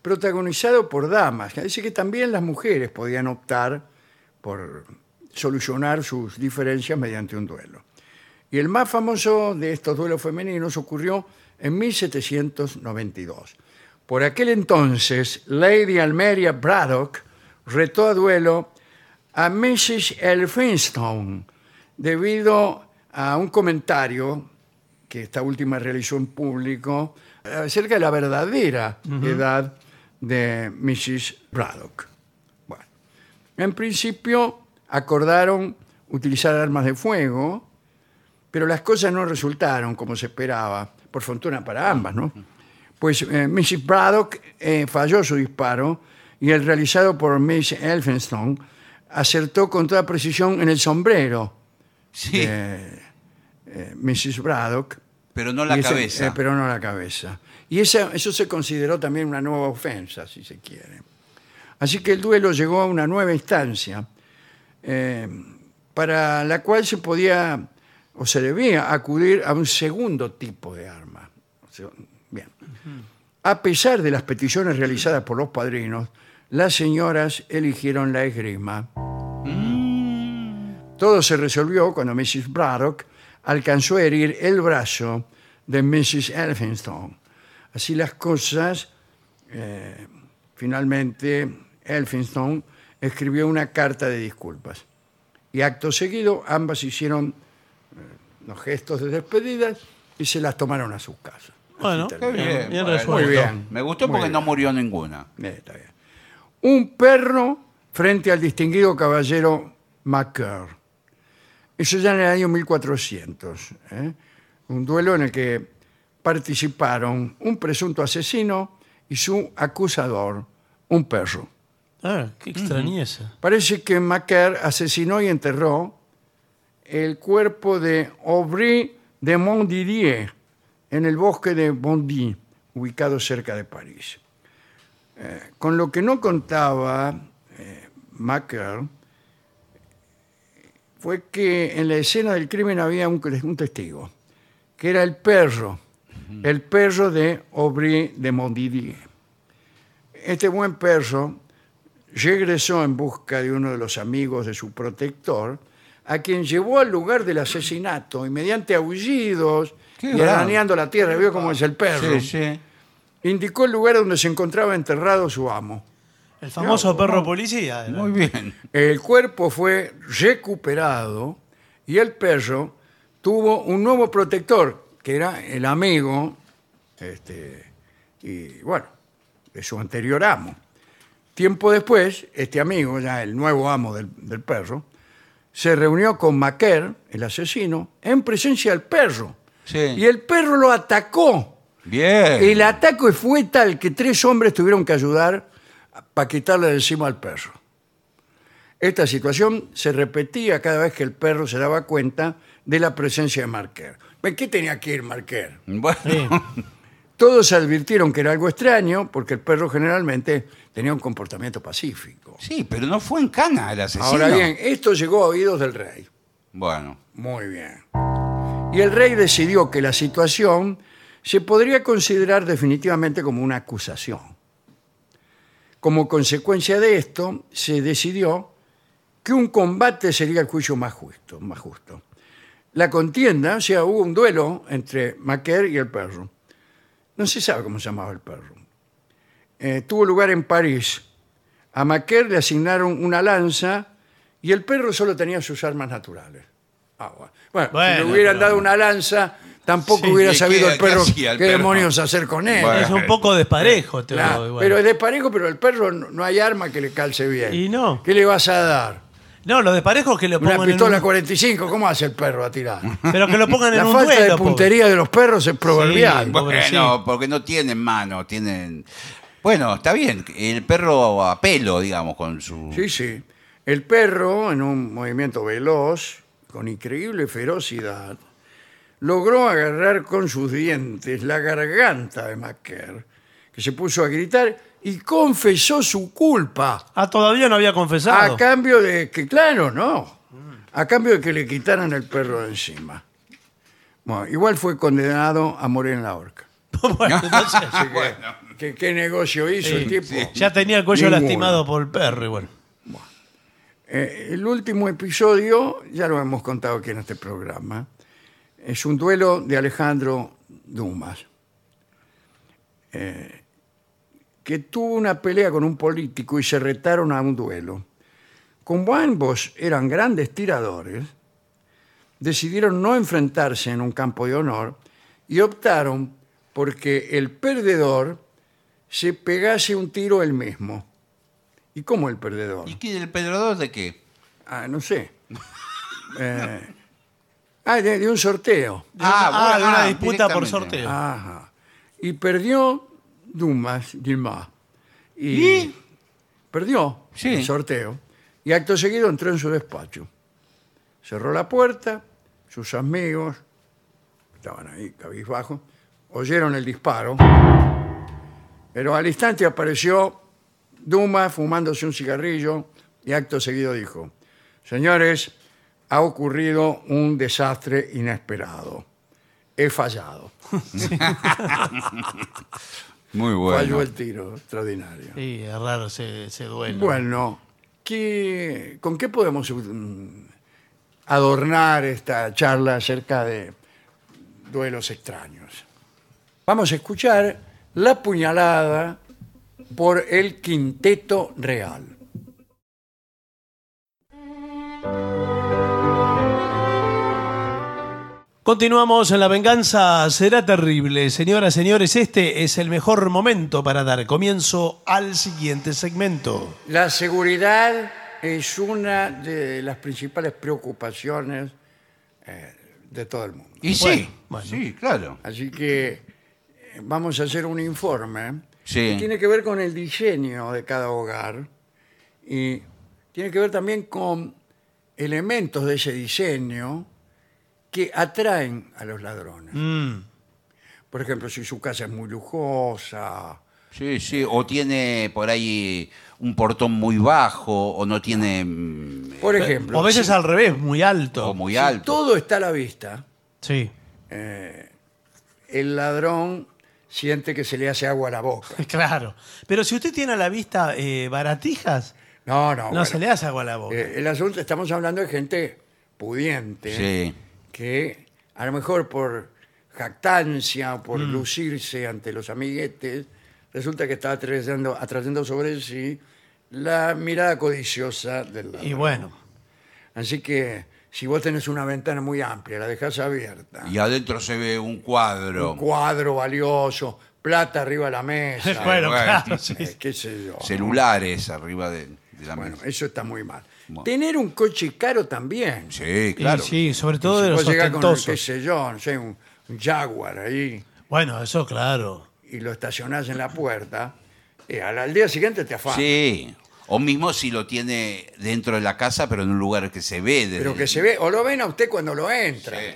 Speaker 1: protagonizado por damas. que Dice que también las mujeres podían optar por solucionar sus diferencias mediante un duelo. Y el más famoso de estos duelos femeninos ocurrió en 1792. Por aquel entonces, Lady Almeria Braddock retó a duelo a Mrs. Elphinstone debido a un comentario que esta última realizó en público acerca de la verdadera edad de Mrs. Braddock. Bueno, en principio acordaron utilizar armas de fuego, pero las cosas no resultaron como se esperaba, por fortuna para ambas, ¿no? Pues eh, Mrs. Braddock eh, falló su disparo y el realizado por Miss Elphinstone acertó con toda precisión en el sombrero
Speaker 3: Sí,
Speaker 1: de eh, Mrs. Braddock.
Speaker 3: pero no la
Speaker 1: Y ese-
Speaker 3: cabeza.
Speaker 1: eh, pero no la cabeza. Y esa- eso se consideró también una nueva ofensa, si se quiere. Así que el duelo llegó a una nueva instancia eh, para la cual se podía o se debía acudir a un segundo tipo de arma. O sea, bien. A pesar de las peticiones realizadas por los padrinos, las señoras eligieron la esgrima. Todo se resolvió cuando Mrs. Braddock alcanzó a herir el brazo de Mrs. Elphinstone. Así las cosas, eh, finalmente Elphinstone escribió una carta de disculpas. Y acto seguido ambas hicieron eh, los gestos de despedida y se las tomaron a sus casas. Así
Speaker 2: Bueno,
Speaker 1: terminó.
Speaker 3: Qué bien,
Speaker 2: Bien
Speaker 3: bueno,
Speaker 2: resuelto.
Speaker 1: Muy bien.
Speaker 3: Me gustó
Speaker 1: Muy
Speaker 3: porque
Speaker 1: bien.
Speaker 3: no murió ninguna.
Speaker 1: Eh, está bien. Un perro frente al distinguido caballero Macaire. Eso ya en el año 1400. ¿eh? Un duelo en el que participaron un presunto asesino y su acusador, un perro.
Speaker 2: Ah, qué extrañeza.
Speaker 1: Parece que Macaire asesinó y enterró el cuerpo de Aubry de Montdidier en el bosque de Bondy, ubicado cerca de París. Eh, con lo que no contaba eh, Macaire fue que en la escena del crimen había un, un testigo, que era el perro, el perro de Aubry de Montdidier. Este buen perro regresó en busca de uno de los amigos de su protector, a quien llevó al lugar del asesinato y mediante aullidos
Speaker 3: Qué
Speaker 1: y
Speaker 3: bravo.
Speaker 1: arañando la tierra, vio cómo es el perro,
Speaker 3: Sí, sí.
Speaker 1: indicó el lugar donde se encontraba enterrado su amo.
Speaker 2: El famoso
Speaker 1: Claro,
Speaker 2: perro policía. era.
Speaker 3: Muy bien.
Speaker 1: El cuerpo fue recuperado y el perro tuvo un nuevo protector, que era el amigo, este, y bueno, de su anterior amo. Tiempo después, este amigo, ya el nuevo amo del, del perro, se reunió con Maquer, el asesino, en presencia del perro.
Speaker 3: Sí.
Speaker 1: Y el perro lo atacó.
Speaker 3: Bien.
Speaker 1: El ataque fue tal que tres hombres tuvieron que ayudar para quitarle de encima al perro. Esta situación se repetía cada vez que el perro se daba cuenta de la presencia de Marquer. ¿Ven qué tenía que ir Marquer?
Speaker 3: Bueno,
Speaker 2: Sí.
Speaker 1: Todos advirtieron que era algo extraño porque el perro generalmente tenía un comportamiento pacífico.
Speaker 3: sí, pero no fue en cana el asesino.
Speaker 1: Ahora bien, esto llegó a oídos del rey.
Speaker 3: Bueno,
Speaker 1: Muy bien. Y el rey decidió que la situación se podría considerar definitivamente como una acusación. Como consecuencia de esto, se decidió que un combate sería el juicio más justo. Más justo. La contienda, o sea, hubo un duelo entre Maquer y el perro. No se sabe cómo se llamaba el perro. Eh, tuvo lugar en París. A Maquer le asignaron una lanza y el perro solo tenía sus armas naturales. Ah, bueno, Bueno, si
Speaker 2: Bueno,
Speaker 1: le hubieran
Speaker 2: pero-
Speaker 1: dado una lanza, tampoco
Speaker 2: Sí,
Speaker 1: hubiera
Speaker 3: ¿qué-
Speaker 1: sabido
Speaker 3: qué-
Speaker 1: el perro
Speaker 3: qué
Speaker 1: qué,
Speaker 3: hacía el perro?
Speaker 1: demonios hacer con él.
Speaker 3: Bueno.
Speaker 2: Es un poco desparejo, te
Speaker 1: Claro,
Speaker 2: digo,
Speaker 1: Pero
Speaker 2: bueno.
Speaker 1: es desparejo, pero el perro no, no hay arma que le calce bien.
Speaker 2: Y no.
Speaker 1: ¿Qué le vas a dar?
Speaker 2: No, los desparejos que lo
Speaker 1: Una
Speaker 2: pongan en
Speaker 1: pistola
Speaker 2: un,
Speaker 1: 45, ¿cómo hace el perro a tirar?
Speaker 2: Pero que lo pongan
Speaker 1: La
Speaker 2: en un
Speaker 1: falta
Speaker 2: duelo. pues.
Speaker 1: de puntería de los perros es proverbial.
Speaker 2: Sí,
Speaker 3: bueno,
Speaker 2: pobrecito.
Speaker 3: porque no tienen mano, tienen... Bueno, está bien, el perro a pelo, digamos, con su...
Speaker 1: Sí, sí. El perro, en un movimiento veloz, con increíble ferocidad, logró agarrar con sus dientes la garganta de Macker, que se puso a gritar y confesó su culpa.
Speaker 2: Ah, todavía no había confesado.
Speaker 1: A cambio de que, claro, no. A cambio de que le quitaran el perro de encima. Bueno, igual fue condenado a morir en la horca.
Speaker 2: Bueno, entonces,
Speaker 1: Así que,
Speaker 3: Bueno.
Speaker 1: que- ¿Qué negocio hizo el tipo?
Speaker 2: ya tenía el cuello
Speaker 1: Ninguno.
Speaker 2: lastimado por el perro y bueno.
Speaker 1: Eh, el último episodio, ya lo hemos contado aquí en este programa, es un duelo de Alejandro Dumas, eh, que tuvo una pelea con un político y se retaron a un duelo. Como ambos eran grandes tiradores, decidieron no enfrentarse en un campo de honor y optaron porque el perdedor se pegase un tiro él mismo. ¿Y cómo el perdedor?
Speaker 3: ¿Y qué, el pedrador de qué?
Speaker 1: Ah, no sé. Eh, ah, de, de un sorteo.
Speaker 2: Ah, de una disputa por
Speaker 3: directamente.
Speaker 1: Ah.
Speaker 2: sorteo.
Speaker 1: Ajá. Y perdió Dumas, Dumas. Y,
Speaker 3: ¿Y?
Speaker 1: perdió
Speaker 3: Sí.
Speaker 1: el sorteo. Y acto seguido entró en su despacho. Cerró la puerta, sus amigos, estaban ahí cabizbajo, oyeron el disparo. Pero al instante apareció Dumas fumándose un cigarrillo y acto seguido dijo, señores, ha ocurrido un desastre inesperado. He fallado.
Speaker 3: Muy
Speaker 1: Falló
Speaker 3: bueno.
Speaker 1: el tiro, extraordinario.
Speaker 2: Sí, es raro ese, ese duelo.
Speaker 1: Bueno, ¿qué- ¿con qué podemos mm, adornar esta charla acerca de duelos extraños? Vamos a escuchar La puñalada por el Quinteto Real.
Speaker 2: Continuamos en La Venganza Será Terrible. Señoras, señores, este es el mejor momento para dar comienzo al siguiente segmento.
Speaker 1: La seguridad es una de las principales preocupaciones eh, de todo el mundo.
Speaker 3: Y
Speaker 2: Bueno,
Speaker 3: sí,
Speaker 2: bueno.
Speaker 3: sí, claro.
Speaker 1: Así que eh, vamos a hacer un informe
Speaker 3: Sí.
Speaker 1: que tiene que ver con el diseño de cada hogar y tiene que ver también con elementos de ese diseño que atraen a los ladrones.
Speaker 2: Mm,
Speaker 1: Por ejemplo, si su casa es muy lujosa,
Speaker 3: Sí, sí. O tiene por ahí un portón muy bajo, o no tiene. mm,
Speaker 1: por ejemplo,
Speaker 2: o a veces
Speaker 1: si-
Speaker 2: al revés, muy alto.
Speaker 3: o muy
Speaker 1: si
Speaker 3: alto.
Speaker 1: todo está a la vista,
Speaker 2: Sí,
Speaker 1: el ladrón siente que se le hace agua a la boca.
Speaker 2: claro. Pero si usted tiene a la vista eh, baratijas,
Speaker 1: No, no.
Speaker 2: no
Speaker 1: Ah, bueno,
Speaker 2: se le hace agua a la boca.
Speaker 1: eh, el asunto, estamos hablando de gente pudiente.
Speaker 3: Sí.
Speaker 1: que a lo mejor por jactancia o
Speaker 2: Mm.
Speaker 1: por lucirse ante los amiguetes, resulta que está atrayendo, atrayendo sobre sí la mirada codiciosa del
Speaker 2: y
Speaker 1: ladrón.
Speaker 2: bueno,
Speaker 1: Así que si vos tenés una ventana muy amplia, la dejás abierta,
Speaker 3: Y adentro se ve un cuadro.
Speaker 1: un cuadro valioso, plata arriba de la mesa,
Speaker 2: bueno,
Speaker 3: bueno.
Speaker 2: claro, sí.
Speaker 1: eh, qué sé yo.
Speaker 3: Celulares arriba de, de la
Speaker 1: Bueno,
Speaker 3: mesa.
Speaker 1: eso está muy mal.
Speaker 3: Bueno.
Speaker 1: Tener un coche caro también.
Speaker 3: Sí,
Speaker 2: Y
Speaker 3: claro.
Speaker 2: sí, sobre todo de
Speaker 1: vos
Speaker 2: los
Speaker 1: llegás con, qué
Speaker 2: ostentosos.
Speaker 1: sé yo, no sé, un, un Jaguar ahí.
Speaker 2: Bueno, eso claro.
Speaker 1: y lo estacionás en la puerta, eh, al, al día siguiente te afana.
Speaker 3: Sí. O mismo si lo tiene dentro de la casa, pero en un lugar que se ve. desde-
Speaker 1: Pero que se ve, o lo ven a usted cuando lo entra.
Speaker 3: Sí.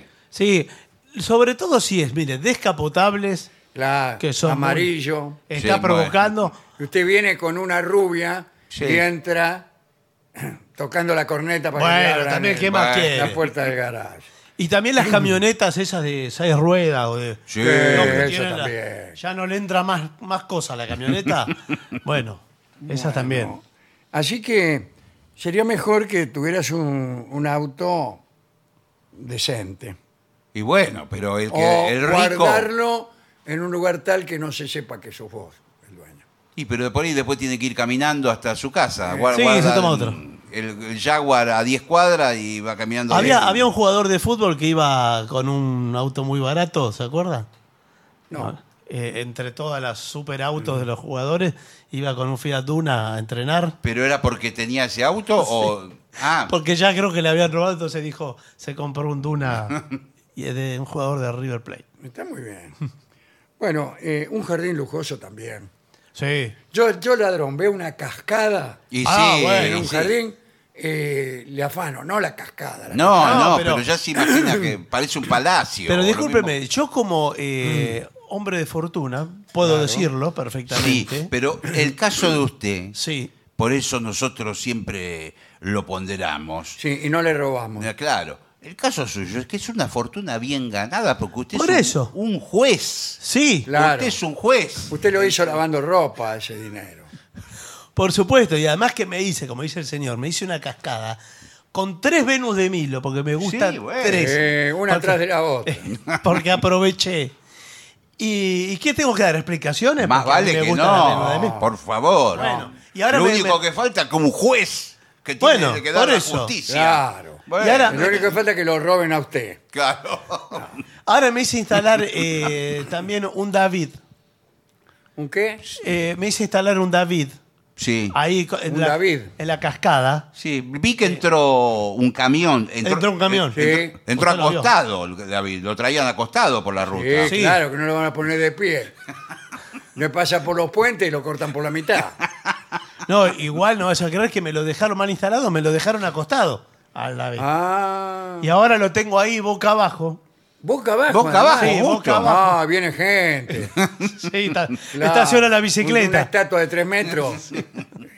Speaker 2: Sí, sobre todo si es, mire, descapotables,
Speaker 1: La,
Speaker 2: que son... muy-
Speaker 1: amarillo.
Speaker 2: Está
Speaker 3: Sí,
Speaker 2: provocando...
Speaker 1: Y Usted viene con una rubia
Speaker 3: Sí.
Speaker 1: y entra tocando la corneta para que le
Speaker 2: Bueno,
Speaker 1: abran
Speaker 2: también,
Speaker 1: el-
Speaker 2: ¿qué más
Speaker 3: Bueno,
Speaker 2: quiere?
Speaker 1: la puerta del garaje.
Speaker 2: Y también las camionetas esas de seis ruedas o de...
Speaker 3: Sí.
Speaker 2: No, que
Speaker 1: Eh, eso
Speaker 2: tienen la-
Speaker 1: también.
Speaker 2: ya no le entra más, más cosa a la camioneta. bueno, esas también.
Speaker 1: Así que sería mejor que tuvieras un, un auto decente.
Speaker 3: Y bueno, pero el, que,
Speaker 1: O
Speaker 3: el rico.
Speaker 1: guardarlo en un lugar tal que no se sepa que sos vos el dueño.
Speaker 3: Y pero por ahí después tiene que ir caminando hasta su casa. Guar-
Speaker 2: Sí, se
Speaker 3: guarda
Speaker 2: toma
Speaker 3: el-
Speaker 2: otro.
Speaker 3: El, el Jaguar a 10 cuadras y va caminando.
Speaker 2: Había,
Speaker 3: de-
Speaker 2: había un jugador de fútbol que iba con un auto muy barato, ¿se acuerda?
Speaker 1: No.
Speaker 2: Eh, entre todas las superautos de los jugadores, iba con un Fiat Duna a entrenar.
Speaker 3: ¿Pero era porque tenía ese auto o.? Ah,
Speaker 2: Porque ya creo que le habían robado, entonces dijo, se compró un Duna y es de un jugador de River Plate.
Speaker 1: Está muy bien. Bueno, eh, un jardín lujoso también.
Speaker 2: Sí.
Speaker 1: Yo, yo ladrón, veo una cascada
Speaker 3: y
Speaker 2: Ah,
Speaker 3: sí.
Speaker 2: bueno,
Speaker 1: en
Speaker 3: y
Speaker 1: un
Speaker 3: sí.
Speaker 1: jardín, eh, le afano, no la cascada. la-
Speaker 3: No,
Speaker 2: No,
Speaker 3: no,
Speaker 2: pero-
Speaker 3: pero... ya se imagina que parece un palacio. o
Speaker 2: Pero
Speaker 3: lo
Speaker 2: discúlpeme,
Speaker 3: mismo. Mm.
Speaker 2: yo como eh, hombre de fortuna, puedo decirlo
Speaker 3: Sí,
Speaker 2: perfectamente. Sí,
Speaker 3: pero el caso de usted, por eso nosotros siempre lo ponderamos.
Speaker 1: Sí, y no le robamos.
Speaker 3: Eh, Claro, El caso suyo es que es una fortuna bien ganada porque usted
Speaker 2: Por
Speaker 3: es un-
Speaker 2: eso.
Speaker 3: un juez.
Speaker 2: Sí,
Speaker 1: Claro.
Speaker 3: Usted es un juez.
Speaker 1: Usted lo hizo lavando ropa ese dinero.
Speaker 2: por supuesto. Y además que me hice, como dice el señor, me hice una cascada con tres Venus de Milo, porque me gustan
Speaker 3: Sí, bueno.
Speaker 2: tres.
Speaker 1: Eh, una
Speaker 2: Porque- eh,
Speaker 1: atrás de la otra.
Speaker 2: porque aproveché. ¿Y, y qué tengo que dar? ¿Explicaciones?
Speaker 3: Más
Speaker 2: Porque a mí
Speaker 3: vale
Speaker 2: me
Speaker 3: que
Speaker 2: gusta la Venus de Milo.
Speaker 3: no. Por favor.
Speaker 2: Bueno,
Speaker 3: No.
Speaker 2: y ahora
Speaker 3: Lo
Speaker 2: me-
Speaker 3: único
Speaker 2: me-
Speaker 3: que falta es que un juez que tiene
Speaker 2: Bueno,
Speaker 3: que dar
Speaker 2: por
Speaker 3: la
Speaker 2: eso.
Speaker 3: justicia.
Speaker 1: Claro.
Speaker 3: Bueno,
Speaker 2: Y ahora-
Speaker 1: Lo único que falta es que lo roben a usted.
Speaker 3: claro.
Speaker 2: Ahora me hice instalar eh, también un David.
Speaker 1: ¿Un qué?
Speaker 2: Eh, me hice instalar un David.
Speaker 3: Sí.
Speaker 2: Ahí co- en,
Speaker 1: Un
Speaker 2: la,
Speaker 1: David.
Speaker 2: en la cascada.
Speaker 3: Sí, vi que entró un camión. Entró,
Speaker 2: Entró un camión.
Speaker 3: Entró,
Speaker 1: Sí.
Speaker 3: entró
Speaker 2: Usted lo vio.
Speaker 3: acostado, David. Lo traían acostado por la ruta.
Speaker 1: Sí,
Speaker 2: Sí.
Speaker 1: claro, que no lo van a poner de pie. Le pasa por los puentes y lo cortan por la mitad.
Speaker 2: No, igual no vas a creer que me lo dejaron mal instalado, me lo dejaron acostado al David.
Speaker 1: Ah.
Speaker 2: Y ahora lo tengo ahí boca abajo.
Speaker 1: Boca abajo.
Speaker 3: Boca
Speaker 1: además.
Speaker 3: abajo, Sí,
Speaker 2: boca justo. abajo.
Speaker 1: Ah, viene gente.
Speaker 2: Sí, está-
Speaker 1: Claro.
Speaker 2: Estaciona la
Speaker 1: Una
Speaker 2: bicicleta.
Speaker 1: estatua de tres metros.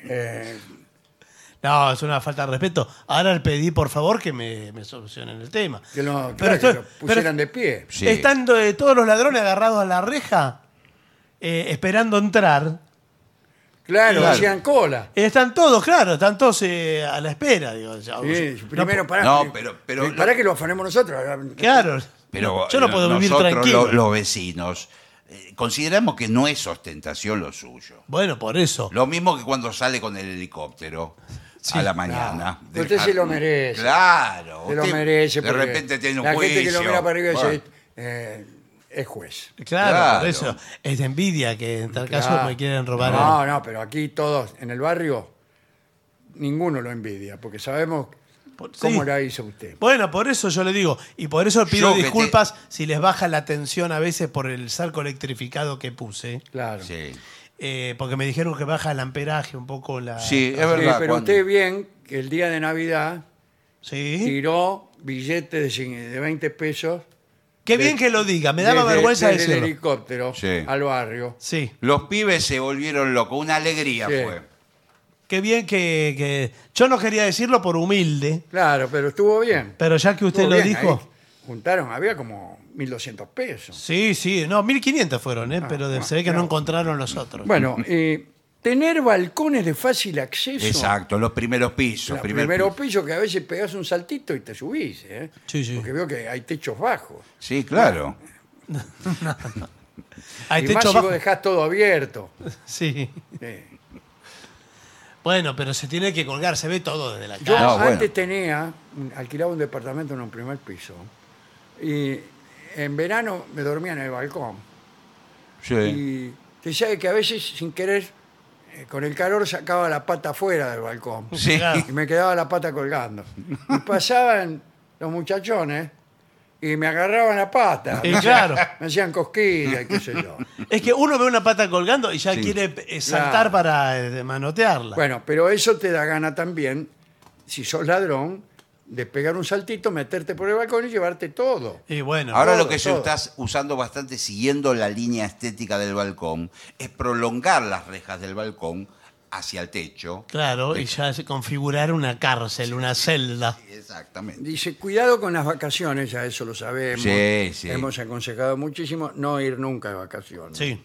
Speaker 1: Eh,
Speaker 2: No, es una falta de respeto. Ahora le pedí, por favor, que me, me solucionen el tema.
Speaker 1: que lo, claro,
Speaker 2: Pero
Speaker 1: que
Speaker 2: estoy-
Speaker 1: lo
Speaker 2: pero-
Speaker 1: pusieran de pie.
Speaker 3: Sí.
Speaker 2: Estando eh, todos los ladrones agarrados a la reja, eh, esperando entrar.
Speaker 1: Claro,
Speaker 3: Claro.
Speaker 1: hacían cola.
Speaker 2: eh, Están todos, claro, están todos eh, a la espera. Digo, ya,
Speaker 1: Sí,
Speaker 2: no
Speaker 1: primero
Speaker 2: po-
Speaker 1: pará.
Speaker 3: No, pero- pero-
Speaker 1: Eh, pará que lo afanemos nosotros.
Speaker 2: claro,
Speaker 3: Pero eh,
Speaker 2: yo no puedo vivir
Speaker 3: nosotros,
Speaker 2: tranquilo.
Speaker 3: lo- los vecinos, eh, consideramos que no es ostentación lo suyo.
Speaker 2: Bueno, por eso.
Speaker 3: Lo mismo que cuando sale con el helicóptero a la mañana.
Speaker 1: no.
Speaker 3: del
Speaker 1: Usted se lo
Speaker 3: jardín.
Speaker 1: merece.
Speaker 3: Claro.
Speaker 1: Se lo
Speaker 3: usted
Speaker 1: merece.
Speaker 3: De
Speaker 1: porque
Speaker 3: repente tiene un
Speaker 1: La
Speaker 3: juicio.
Speaker 1: gente que lo mira para arriba dice,
Speaker 3: Bueno,
Speaker 1: eh, es juez.
Speaker 2: Claro, por
Speaker 3: Claro.
Speaker 2: eso. Es de envidia que en tal caso
Speaker 1: Claro.
Speaker 2: me quieren robar. el-
Speaker 1: No, no, pero aquí todos en el barrio, ninguno lo envidia, porque sabemos
Speaker 2: Por- sí.
Speaker 1: cómo la hizo usted.
Speaker 2: Bueno, por eso yo le digo. Y por eso pido
Speaker 3: Yo que
Speaker 2: disculpas si les baja la tensión a veces por el sarco electrificado que puse.
Speaker 1: Claro. Sí,
Speaker 3: Sí.
Speaker 2: eh, porque me dijeron que baja el amperaje un poco la.
Speaker 3: Sí, es verdad.
Speaker 1: pero
Speaker 3: cuando-
Speaker 1: usted bien que el día de Navidad
Speaker 2: Sí.
Speaker 1: tiró billetes de, cin- de 20 pesos.
Speaker 2: Qué bien que lo diga. Me daba vergüenza
Speaker 1: desde el
Speaker 2: decirlo.
Speaker 1: helicóptero
Speaker 3: Sí.
Speaker 1: al barrio.
Speaker 2: Sí.
Speaker 3: Los pibes se volvieron locos. Una alegría
Speaker 1: Sí.
Speaker 3: fue.
Speaker 2: Qué bien que, que- Yo no quería decirlo por humilde,
Speaker 1: Claro, pero estuvo bien.
Speaker 2: pero ya que usted
Speaker 1: Estuvo
Speaker 2: lo
Speaker 1: bien,
Speaker 2: dijo.
Speaker 1: ahí juntaron, había como 1.200 pesos.
Speaker 2: Sí, sí. No, 1500 fueron, ¿eh? pero de- se ve que no encontraron los otros.
Speaker 1: Ah, Bueno, eh, tener balcones de fácil acceso.
Speaker 3: Exacto, los primeros pisos.
Speaker 1: Los
Speaker 3: primer
Speaker 1: primeros
Speaker 3: piso.
Speaker 1: pisos que a veces pegas un saltito y te subís, ¿eh?
Speaker 2: Sí, sí.
Speaker 1: Porque veo que hay techos bajos.
Speaker 3: Sí, claro.
Speaker 2: Hay
Speaker 1: y
Speaker 2: techo
Speaker 1: más si
Speaker 2: bajo.
Speaker 1: vos dejás todo abierto.
Speaker 2: Sí.
Speaker 1: Eh,
Speaker 2: Bueno, pero se tiene que colgar, se ve todo desde la
Speaker 1: Yo
Speaker 2: calle.
Speaker 3: No, Ah, bueno.
Speaker 1: antes tenía, un- alquilaba un departamento en un primer piso. Y en verano me dormía en el balcón.
Speaker 3: Sí.
Speaker 1: Y te sabe que a veces, sin querer, eh, con el calor sacaba la pata fuera del balcón.
Speaker 3: Sí.
Speaker 2: Claro.
Speaker 1: y me quedaba la pata colgando. Y pasaban los muchachones y me agarraban la pata.
Speaker 2: Sí,
Speaker 1: me, hacían-
Speaker 2: claro.
Speaker 1: me hacían cosquillas y qué sé yo.
Speaker 2: Es que uno ve una pata colgando y ya
Speaker 3: Sí.
Speaker 2: quiere eh, saltar
Speaker 1: Claro.
Speaker 2: para eh, manotearla.
Speaker 1: Bueno, pero eso te da gana también, si sos ladrón, de pegar un saltito, meterte por el balcón y llevarte todo.
Speaker 2: Y bueno,
Speaker 3: Ahora
Speaker 1: todo,
Speaker 3: lo que se
Speaker 1: todo.
Speaker 3: está usando bastante, siguiendo la línea estética del balcón, es prolongar las rejas del balcón hacia el techo.
Speaker 2: claro, y ya se configurar una cárcel, una celda.
Speaker 3: Exactamente.
Speaker 1: Dice, cuidado con las vacaciones, ya eso lo sabemos.
Speaker 3: Sí, sí.
Speaker 1: Hemos aconsejado muchísimo no ir nunca de vacaciones.
Speaker 2: Sí.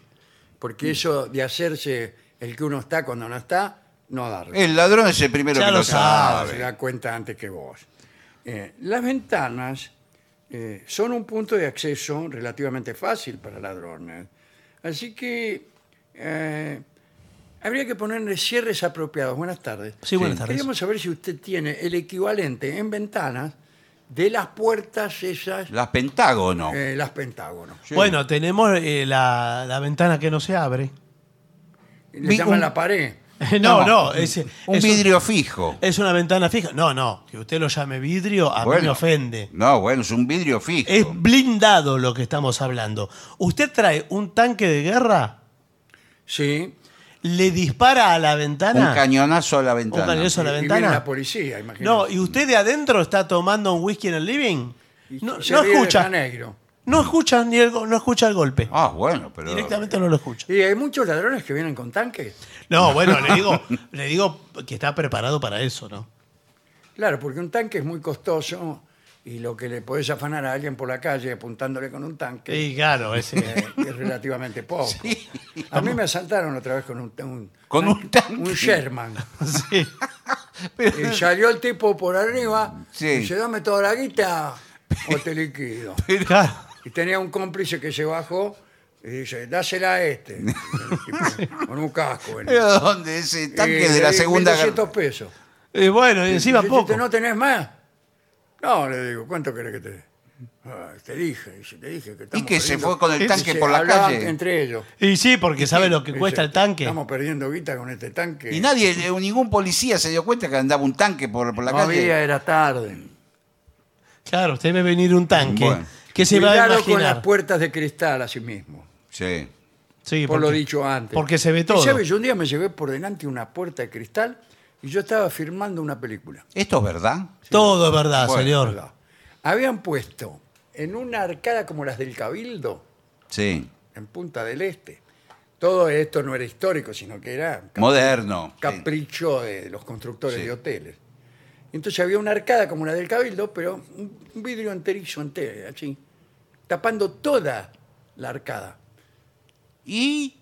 Speaker 1: Porque eso de hacerse el que uno está cuando no está, no da risa.
Speaker 3: El ladrón es el primero
Speaker 2: Ya
Speaker 3: que
Speaker 2: lo
Speaker 3: lo
Speaker 2: sabe.
Speaker 1: se
Speaker 3: sabe.
Speaker 1: da cuenta antes que vos. Eh, las ventanas eh, son un punto de acceso relativamente fácil para ladrones. Así que eh, habría que ponerle cierres apropiados. Buenas tardes.
Speaker 2: Sí, buenas tardes.
Speaker 1: Queríamos saber si usted tiene el equivalente en ventanas de las puertas esas,
Speaker 3: Las Pentágono.
Speaker 1: eh, las pentágonos.
Speaker 3: Sí.
Speaker 2: Bueno, tenemos eh, la, la ventana que no se abre.
Speaker 1: Le
Speaker 3: Vi
Speaker 1: llaman
Speaker 3: un-
Speaker 1: la pared.
Speaker 2: no, no, es,
Speaker 3: Un
Speaker 2: es
Speaker 3: vidrio fijo.
Speaker 2: es una ventana fija. No, no, que usted lo llame vidrio a mí me
Speaker 3: Bueno.
Speaker 2: ofende.
Speaker 3: No, bueno, es un vidrio fijo.
Speaker 2: Es blindado lo que estamos hablando. Usted trae un tanque de guerra,
Speaker 1: Sí.
Speaker 2: le dispara a la ventana.
Speaker 3: Un cañonazo a la
Speaker 2: un
Speaker 3: ventana.
Speaker 2: cañonazo a la
Speaker 1: y- y
Speaker 2: ventana.
Speaker 1: viene la policía, imagínate.
Speaker 2: No, y usted de adentro está tomando un whisky en el living.
Speaker 1: Y
Speaker 2: No,
Speaker 1: se
Speaker 2: no
Speaker 1: ríe de
Speaker 2: escucha.
Speaker 1: negro.
Speaker 2: No escucha ni el, go- no escucha el golpe.
Speaker 3: Ah, bueno, pero.
Speaker 2: Directamente no lo escucha.
Speaker 1: Y hay muchos ladrones que vienen con tanques.
Speaker 2: No, bueno, le digo, le digo que está preparado para eso, ¿no?
Speaker 1: Claro, porque un tanque es muy costoso y lo que le podés afanar a alguien por la calle apuntándole con un tanque
Speaker 2: Sí, claro, ese.
Speaker 1: eh, es relativamente poco. A mí me asaltaron otra vez con un, un-
Speaker 3: Con un tanque.
Speaker 1: un Sherman.
Speaker 2: sí.
Speaker 1: Y salió el tipo por arriba
Speaker 3: Sí.
Speaker 1: y dice, dame toda la guita o te liquido.
Speaker 2: Claro.
Speaker 1: Y tenía un cómplice que se bajó y dice, dásela a este. Y tipo, con un casco. bueno.
Speaker 3: Pero ¿dónde? Ese tanque
Speaker 1: Y
Speaker 3: de
Speaker 1: le
Speaker 3: la
Speaker 1: di
Speaker 3: Segunda Guerra.
Speaker 1: 1.200 pesos.
Speaker 2: Eh, bueno, y encima
Speaker 1: Dice,
Speaker 2: poco.
Speaker 1: "¿Te ¿No tenés más? No, le digo, ¿cuánto querés que te dé? "Ah, te dije, dice, te dije que estamos
Speaker 3: Y que se
Speaker 1: perdiendo".
Speaker 3: fue con el
Speaker 2: Ese
Speaker 3: tanque
Speaker 1: Dice,
Speaker 3: por la
Speaker 1: hablaban
Speaker 3: calle.
Speaker 1: entre ellos.
Speaker 2: Y sí, porque sabe lo que
Speaker 1: Dice,
Speaker 2: cuesta el tanque.
Speaker 1: Estamos perdiendo guita con este tanque.
Speaker 3: Y nadie, eh, ningún policía se dio cuenta que andaba un tanque por, por la
Speaker 1: no
Speaker 3: calle.
Speaker 1: había, era tarde.
Speaker 2: Claro, usted ve venir un tanque.
Speaker 3: Bueno.
Speaker 2: ¿Qué se va a
Speaker 1: Cuidado con las
Speaker 2: imaginar?
Speaker 1: puertas de cristal a sí mismo.
Speaker 3: Sí.
Speaker 2: Sí,
Speaker 1: por lo
Speaker 2: porque-
Speaker 1: dicho antes.
Speaker 2: Porque se ve todo.
Speaker 1: Y, ¿Sabes? Yo un día me llevé por delante una puerta de cristal y yo estaba filmando una película.
Speaker 3: ¿Esto es verdad?
Speaker 2: Todo es verdad,
Speaker 3: Bueno,
Speaker 2: señor.
Speaker 1: ¿verdad? Habían puesto en una arcada como las del Cabildo,
Speaker 3: Sí.
Speaker 1: en Punta del Este. Todo esto no era histórico, sino que era cap-
Speaker 3: Moderno. Sí.
Speaker 1: capricho de los constructores
Speaker 3: Sí.
Speaker 1: de hoteles. Entonces había una arcada como la del Cabildo, pero un un vidrio enterizo, entero, así, tapando toda la arcada.
Speaker 3: Y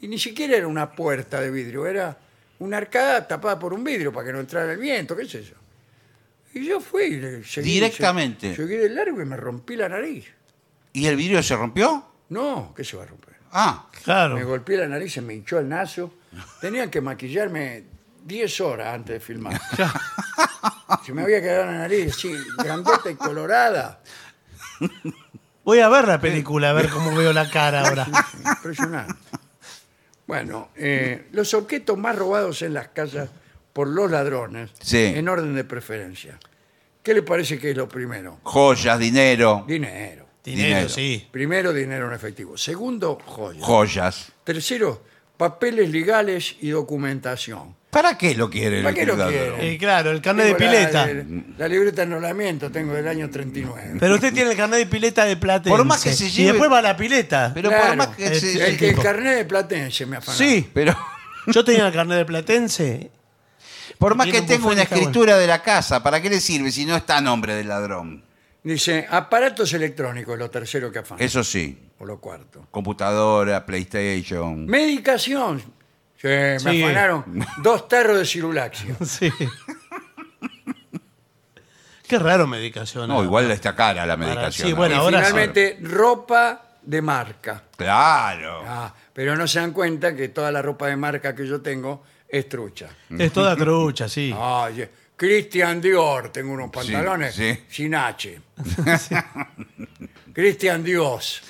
Speaker 1: Y ni siquiera era una puerta de vidrio, era una arcada tapada por un vidrio para que no entrara el viento, qué sé yo. Y yo fui y le- seguí,
Speaker 3: Directamente.
Speaker 1: se- Seguí de largo y me rompí la nariz.
Speaker 3: ¿Y el vidrio se rompió?
Speaker 1: No, ¿qué se va a romper?
Speaker 3: Ah,
Speaker 1: Me
Speaker 2: Claro.
Speaker 1: golpeé la nariz, se me hinchó el naso. Tenían que maquillarme 10 horas antes de filmar. Se me había quedado la nariz, sí, grandota y colorada.
Speaker 2: Voy a ver la película, a ver cómo veo la cara ahora.
Speaker 1: Impresionante. Bueno, eh, los objetos más robados en las casas por los ladrones,
Speaker 3: Sí.
Speaker 1: en orden de preferencia. ¿Qué le parece que es lo primero?
Speaker 3: joyas, dinero,
Speaker 1: Dinero.
Speaker 2: Dinero,
Speaker 3: Dinero.
Speaker 2: sí.
Speaker 1: Primero, dinero en efectivo. Segundo, joyas.
Speaker 3: joyas.
Speaker 1: Tercero, papeles legales y documentación.
Speaker 3: ¿Para qué lo quiere?
Speaker 1: ¿Para
Speaker 3: el
Speaker 1: qué lo
Speaker 3: cuidador?
Speaker 1: quiere?
Speaker 2: Eh, claro, el carnet de
Speaker 1: Tengo la-
Speaker 2: pileta.
Speaker 1: La, la libreta de enrolamiento tengo del año 39.
Speaker 2: Pero usted tiene el carnet de pileta de plata.
Speaker 3: Por más que se
Speaker 2: Y
Speaker 3: lleve-
Speaker 2: después va a la pileta.
Speaker 3: Pero
Speaker 1: Claro,
Speaker 3: por más que
Speaker 2: eh,
Speaker 3: se-
Speaker 1: el, que- el
Speaker 2: tipo.
Speaker 1: carnet de Platense me afanó.
Speaker 2: sí,
Speaker 3: pero
Speaker 2: yo tenía el carnet de platense.
Speaker 3: por más
Speaker 2: Tiene
Speaker 3: que
Speaker 2: un
Speaker 3: tenga
Speaker 2: bufón,
Speaker 3: una
Speaker 2: está bueno.
Speaker 3: escritura de la casa, ¿para qué le sirve si no está a nombre del ladrón?
Speaker 1: Dice, aparatos electrónicos, lo tercero que afana.
Speaker 3: Eso sí,
Speaker 1: O lo cuarto.
Speaker 3: computadora, PlayStation.
Speaker 1: Medicación. Sí, me
Speaker 2: Sí.
Speaker 1: afanaron dos tarros de cirulaxia.
Speaker 2: Sí. Qué raro medicación.
Speaker 3: No,
Speaker 2: ahora.
Speaker 3: igual está cara la medicación.
Speaker 2: sí, bueno,
Speaker 3: ahora.
Speaker 1: y
Speaker 2: ahora sí.
Speaker 1: finalmente, ropa de marca.
Speaker 3: Claro.
Speaker 1: Ah, pero no se dan cuenta que toda la ropa de marca que yo tengo es trucha.
Speaker 2: Es toda trucha, sí.
Speaker 1: Ay, Christian Dior, tengo unos pantalones
Speaker 3: sí.
Speaker 1: sin H. Christian Dios.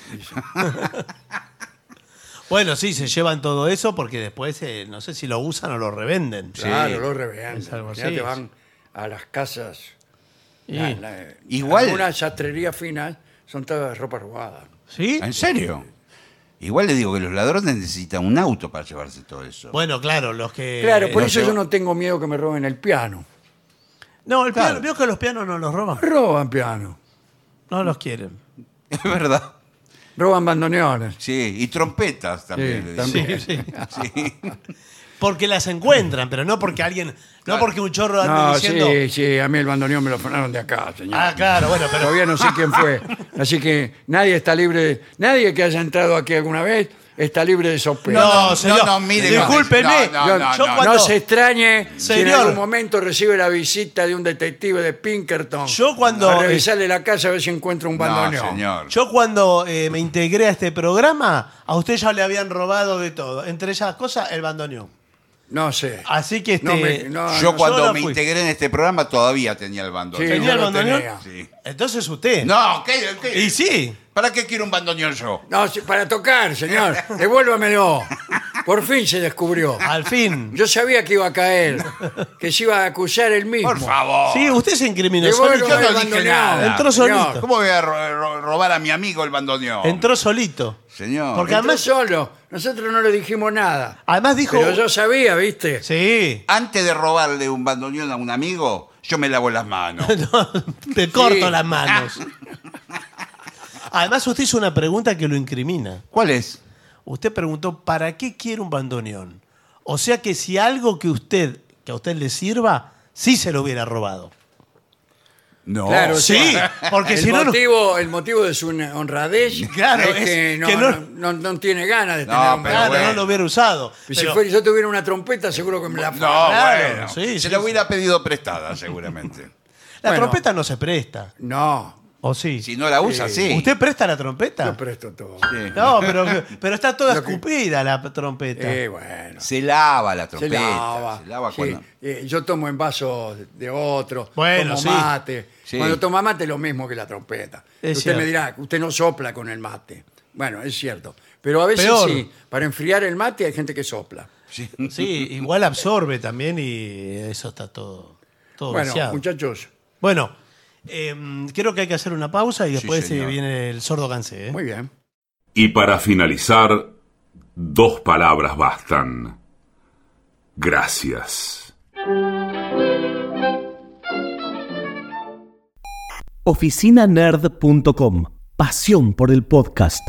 Speaker 2: Bueno, sí, se llevan todo eso porque después eh, no sé si lo usan o lo revenden.
Speaker 1: Claro, lo revenden.
Speaker 2: Es algo así,
Speaker 1: Ya te
Speaker 2: sí.
Speaker 1: van a las casas.
Speaker 2: Y-
Speaker 1: la- la-
Speaker 3: Igual.
Speaker 1: Algunas sastrerías finas son todas ropa robada.
Speaker 2: ¿Sí?
Speaker 3: ¿En serio? Igual le digo que los ladrones necesitan un auto para llevarse todo eso.
Speaker 2: Bueno, claro, los que.
Speaker 1: Claro, por
Speaker 3: no
Speaker 1: eso
Speaker 3: sé.
Speaker 1: yo no tengo miedo que me roben el piano.
Speaker 2: No, el
Speaker 3: Claro.
Speaker 2: piano, veo que los pianos no los roban.
Speaker 1: Roban piano,
Speaker 2: No los quieren.
Speaker 3: Es verdad.
Speaker 1: roban bandoneones.
Speaker 3: Sí, y trompetas también.
Speaker 1: Sí,
Speaker 3: le
Speaker 1: también.
Speaker 3: dicen.
Speaker 2: Sí, sí. Porque las encuentran, pero no porque alguien. No porque un chorro ande
Speaker 1: No,
Speaker 2: diciendo.
Speaker 1: sí, sí, a mí el bandoneón me lo frenaron de acá, señor.
Speaker 2: Ah, claro, bueno, pero.
Speaker 1: Todavía no sé quién fue. Así que nadie está libre, de- nadie que haya entrado aquí alguna vez está libre de sospecha.
Speaker 2: No, señor.
Speaker 3: no, mire, no.
Speaker 2: discúlpeme.
Speaker 3: No, no, no,
Speaker 2: yo
Speaker 3: no.
Speaker 2: cuando,
Speaker 1: Ah, No se extrañe si en
Speaker 2: Señor.
Speaker 1: algún momento recibe la visita de un detective de Pinkerton.
Speaker 2: Yo cuando-
Speaker 1: A revisarle la casa a ver si encuentra un
Speaker 3: No,
Speaker 1: bandoneón.
Speaker 3: señor.
Speaker 2: yo cuando, eh, me integré a este programa, a usted ya le habían robado de todo. Entre esas cosas, el bandoneón.
Speaker 1: No sé.
Speaker 2: Así que este.
Speaker 1: No me- no,
Speaker 3: Yo
Speaker 1: no,
Speaker 3: cuando
Speaker 2: yo no
Speaker 3: me
Speaker 2: fui.
Speaker 3: integré en este programa todavía tenía el bandoneón.
Speaker 1: Sí,
Speaker 2: ¿Tenía
Speaker 1: no
Speaker 2: el
Speaker 1: lo
Speaker 2: bandoneón?
Speaker 1: tenía.
Speaker 3: Sí.
Speaker 2: Entonces usted.
Speaker 3: No, ¿qué, qué?
Speaker 2: Y sí.
Speaker 3: ¿Para qué quiero un bandoneón yo?
Speaker 1: No, sí, para tocar, señor. Devuélvamelo. Por fin se descubrió.
Speaker 2: Al fin.
Speaker 1: Yo sabía que iba a caer, que se iba a acusar él mismo.
Speaker 3: Por favor.
Speaker 2: Sí, usted se incriminó
Speaker 1: Devuélvame
Speaker 2: solito.
Speaker 3: yo no
Speaker 1: el
Speaker 3: dije
Speaker 1: bandoneón.
Speaker 3: nada.
Speaker 2: Entró
Speaker 1: Señor,
Speaker 2: solito.
Speaker 3: ¿Cómo voy a ro- ro- robar a mi amigo el bandoneón?
Speaker 2: Entró solito.
Speaker 3: Señor.
Speaker 2: Porque-
Speaker 1: Entró
Speaker 2: Además-
Speaker 1: solo. Nosotros no le dijimos nada.
Speaker 2: Además dijo.
Speaker 1: Pero yo sabía, ¿viste?
Speaker 2: Sí.
Speaker 3: eh, Antes de robarle un bandoneón a un amigo, yo me lavo las manos.
Speaker 2: No, te corto
Speaker 1: Sí.
Speaker 2: las manos. Además, usted hizo una pregunta que lo incrimina.
Speaker 3: ¿Cuál es?
Speaker 2: Usted preguntó, ¿para qué quiere un bandoneón? O sea que si algo que usted, que a usted le sirva, sí se lo hubiera robado.
Speaker 3: No.
Speaker 1: Claro,
Speaker 3: Sí.
Speaker 2: Sí, porque
Speaker 1: Oh, el,
Speaker 2: si no, no.
Speaker 1: motivo, el motivo de su honradez
Speaker 2: Claro,
Speaker 1: es,
Speaker 2: es
Speaker 1: que, no,
Speaker 2: que no-
Speaker 1: no- no- no tiene ganas de
Speaker 3: No,
Speaker 1: tener un bebé.
Speaker 3: pero
Speaker 2: Claro,
Speaker 3: bueno.
Speaker 2: no lo hubiera usado.
Speaker 1: Y Si
Speaker 2: Pero-
Speaker 1: fuera- yo tuviera una trompeta, seguro que me la
Speaker 3: No,
Speaker 2: Claro,
Speaker 3: bueno.
Speaker 2: sí,
Speaker 3: se
Speaker 2: sí,
Speaker 3: la
Speaker 2: sí.
Speaker 3: hubiera pedido prestada, seguramente.
Speaker 2: La
Speaker 1: Bueno.
Speaker 2: trompeta no se presta.
Speaker 1: No,
Speaker 2: ¿O sí? Eh,
Speaker 3: Si no la usa, sí.
Speaker 2: ¿Usted presta la trompeta?
Speaker 1: yo presto todo.
Speaker 3: Sí.
Speaker 2: No, pero, pero está toda
Speaker 1: Lo que-
Speaker 2: escupida la trompeta.
Speaker 1: Eh, bueno.
Speaker 3: Se lava la
Speaker 1: Se
Speaker 3: trompeta.
Speaker 1: lava.
Speaker 3: se lava
Speaker 1: sí.
Speaker 3: cuando.
Speaker 1: Eh, yo tomo en vasos de otro,
Speaker 2: Bueno,
Speaker 1: tomo
Speaker 2: sí.
Speaker 1: mate.
Speaker 3: Sí.
Speaker 1: Cuando toma mate lo mismo que la trompeta.
Speaker 2: Es
Speaker 1: usted
Speaker 2: cierto.
Speaker 1: me dirá, usted no sopla con el mate. Bueno, es cierto. Pero a veces
Speaker 2: Peor.
Speaker 1: sí, para enfriar el mate hay gente que sopla.
Speaker 3: Sí.
Speaker 2: Sí, igual absorbe también y eso está todo, todo
Speaker 1: bueno,
Speaker 2: viciado.
Speaker 1: muchachos,
Speaker 2: Bueno, em, creo que hay que hacer una pausa y después eh,
Speaker 3: señor.
Speaker 2: viene el sordo cansé. ¿eh?
Speaker 1: muy bien.
Speaker 4: Y para finalizar, dos palabras bastan. Gracias.
Speaker 5: oficinanerd.com. Pasión por el podcast.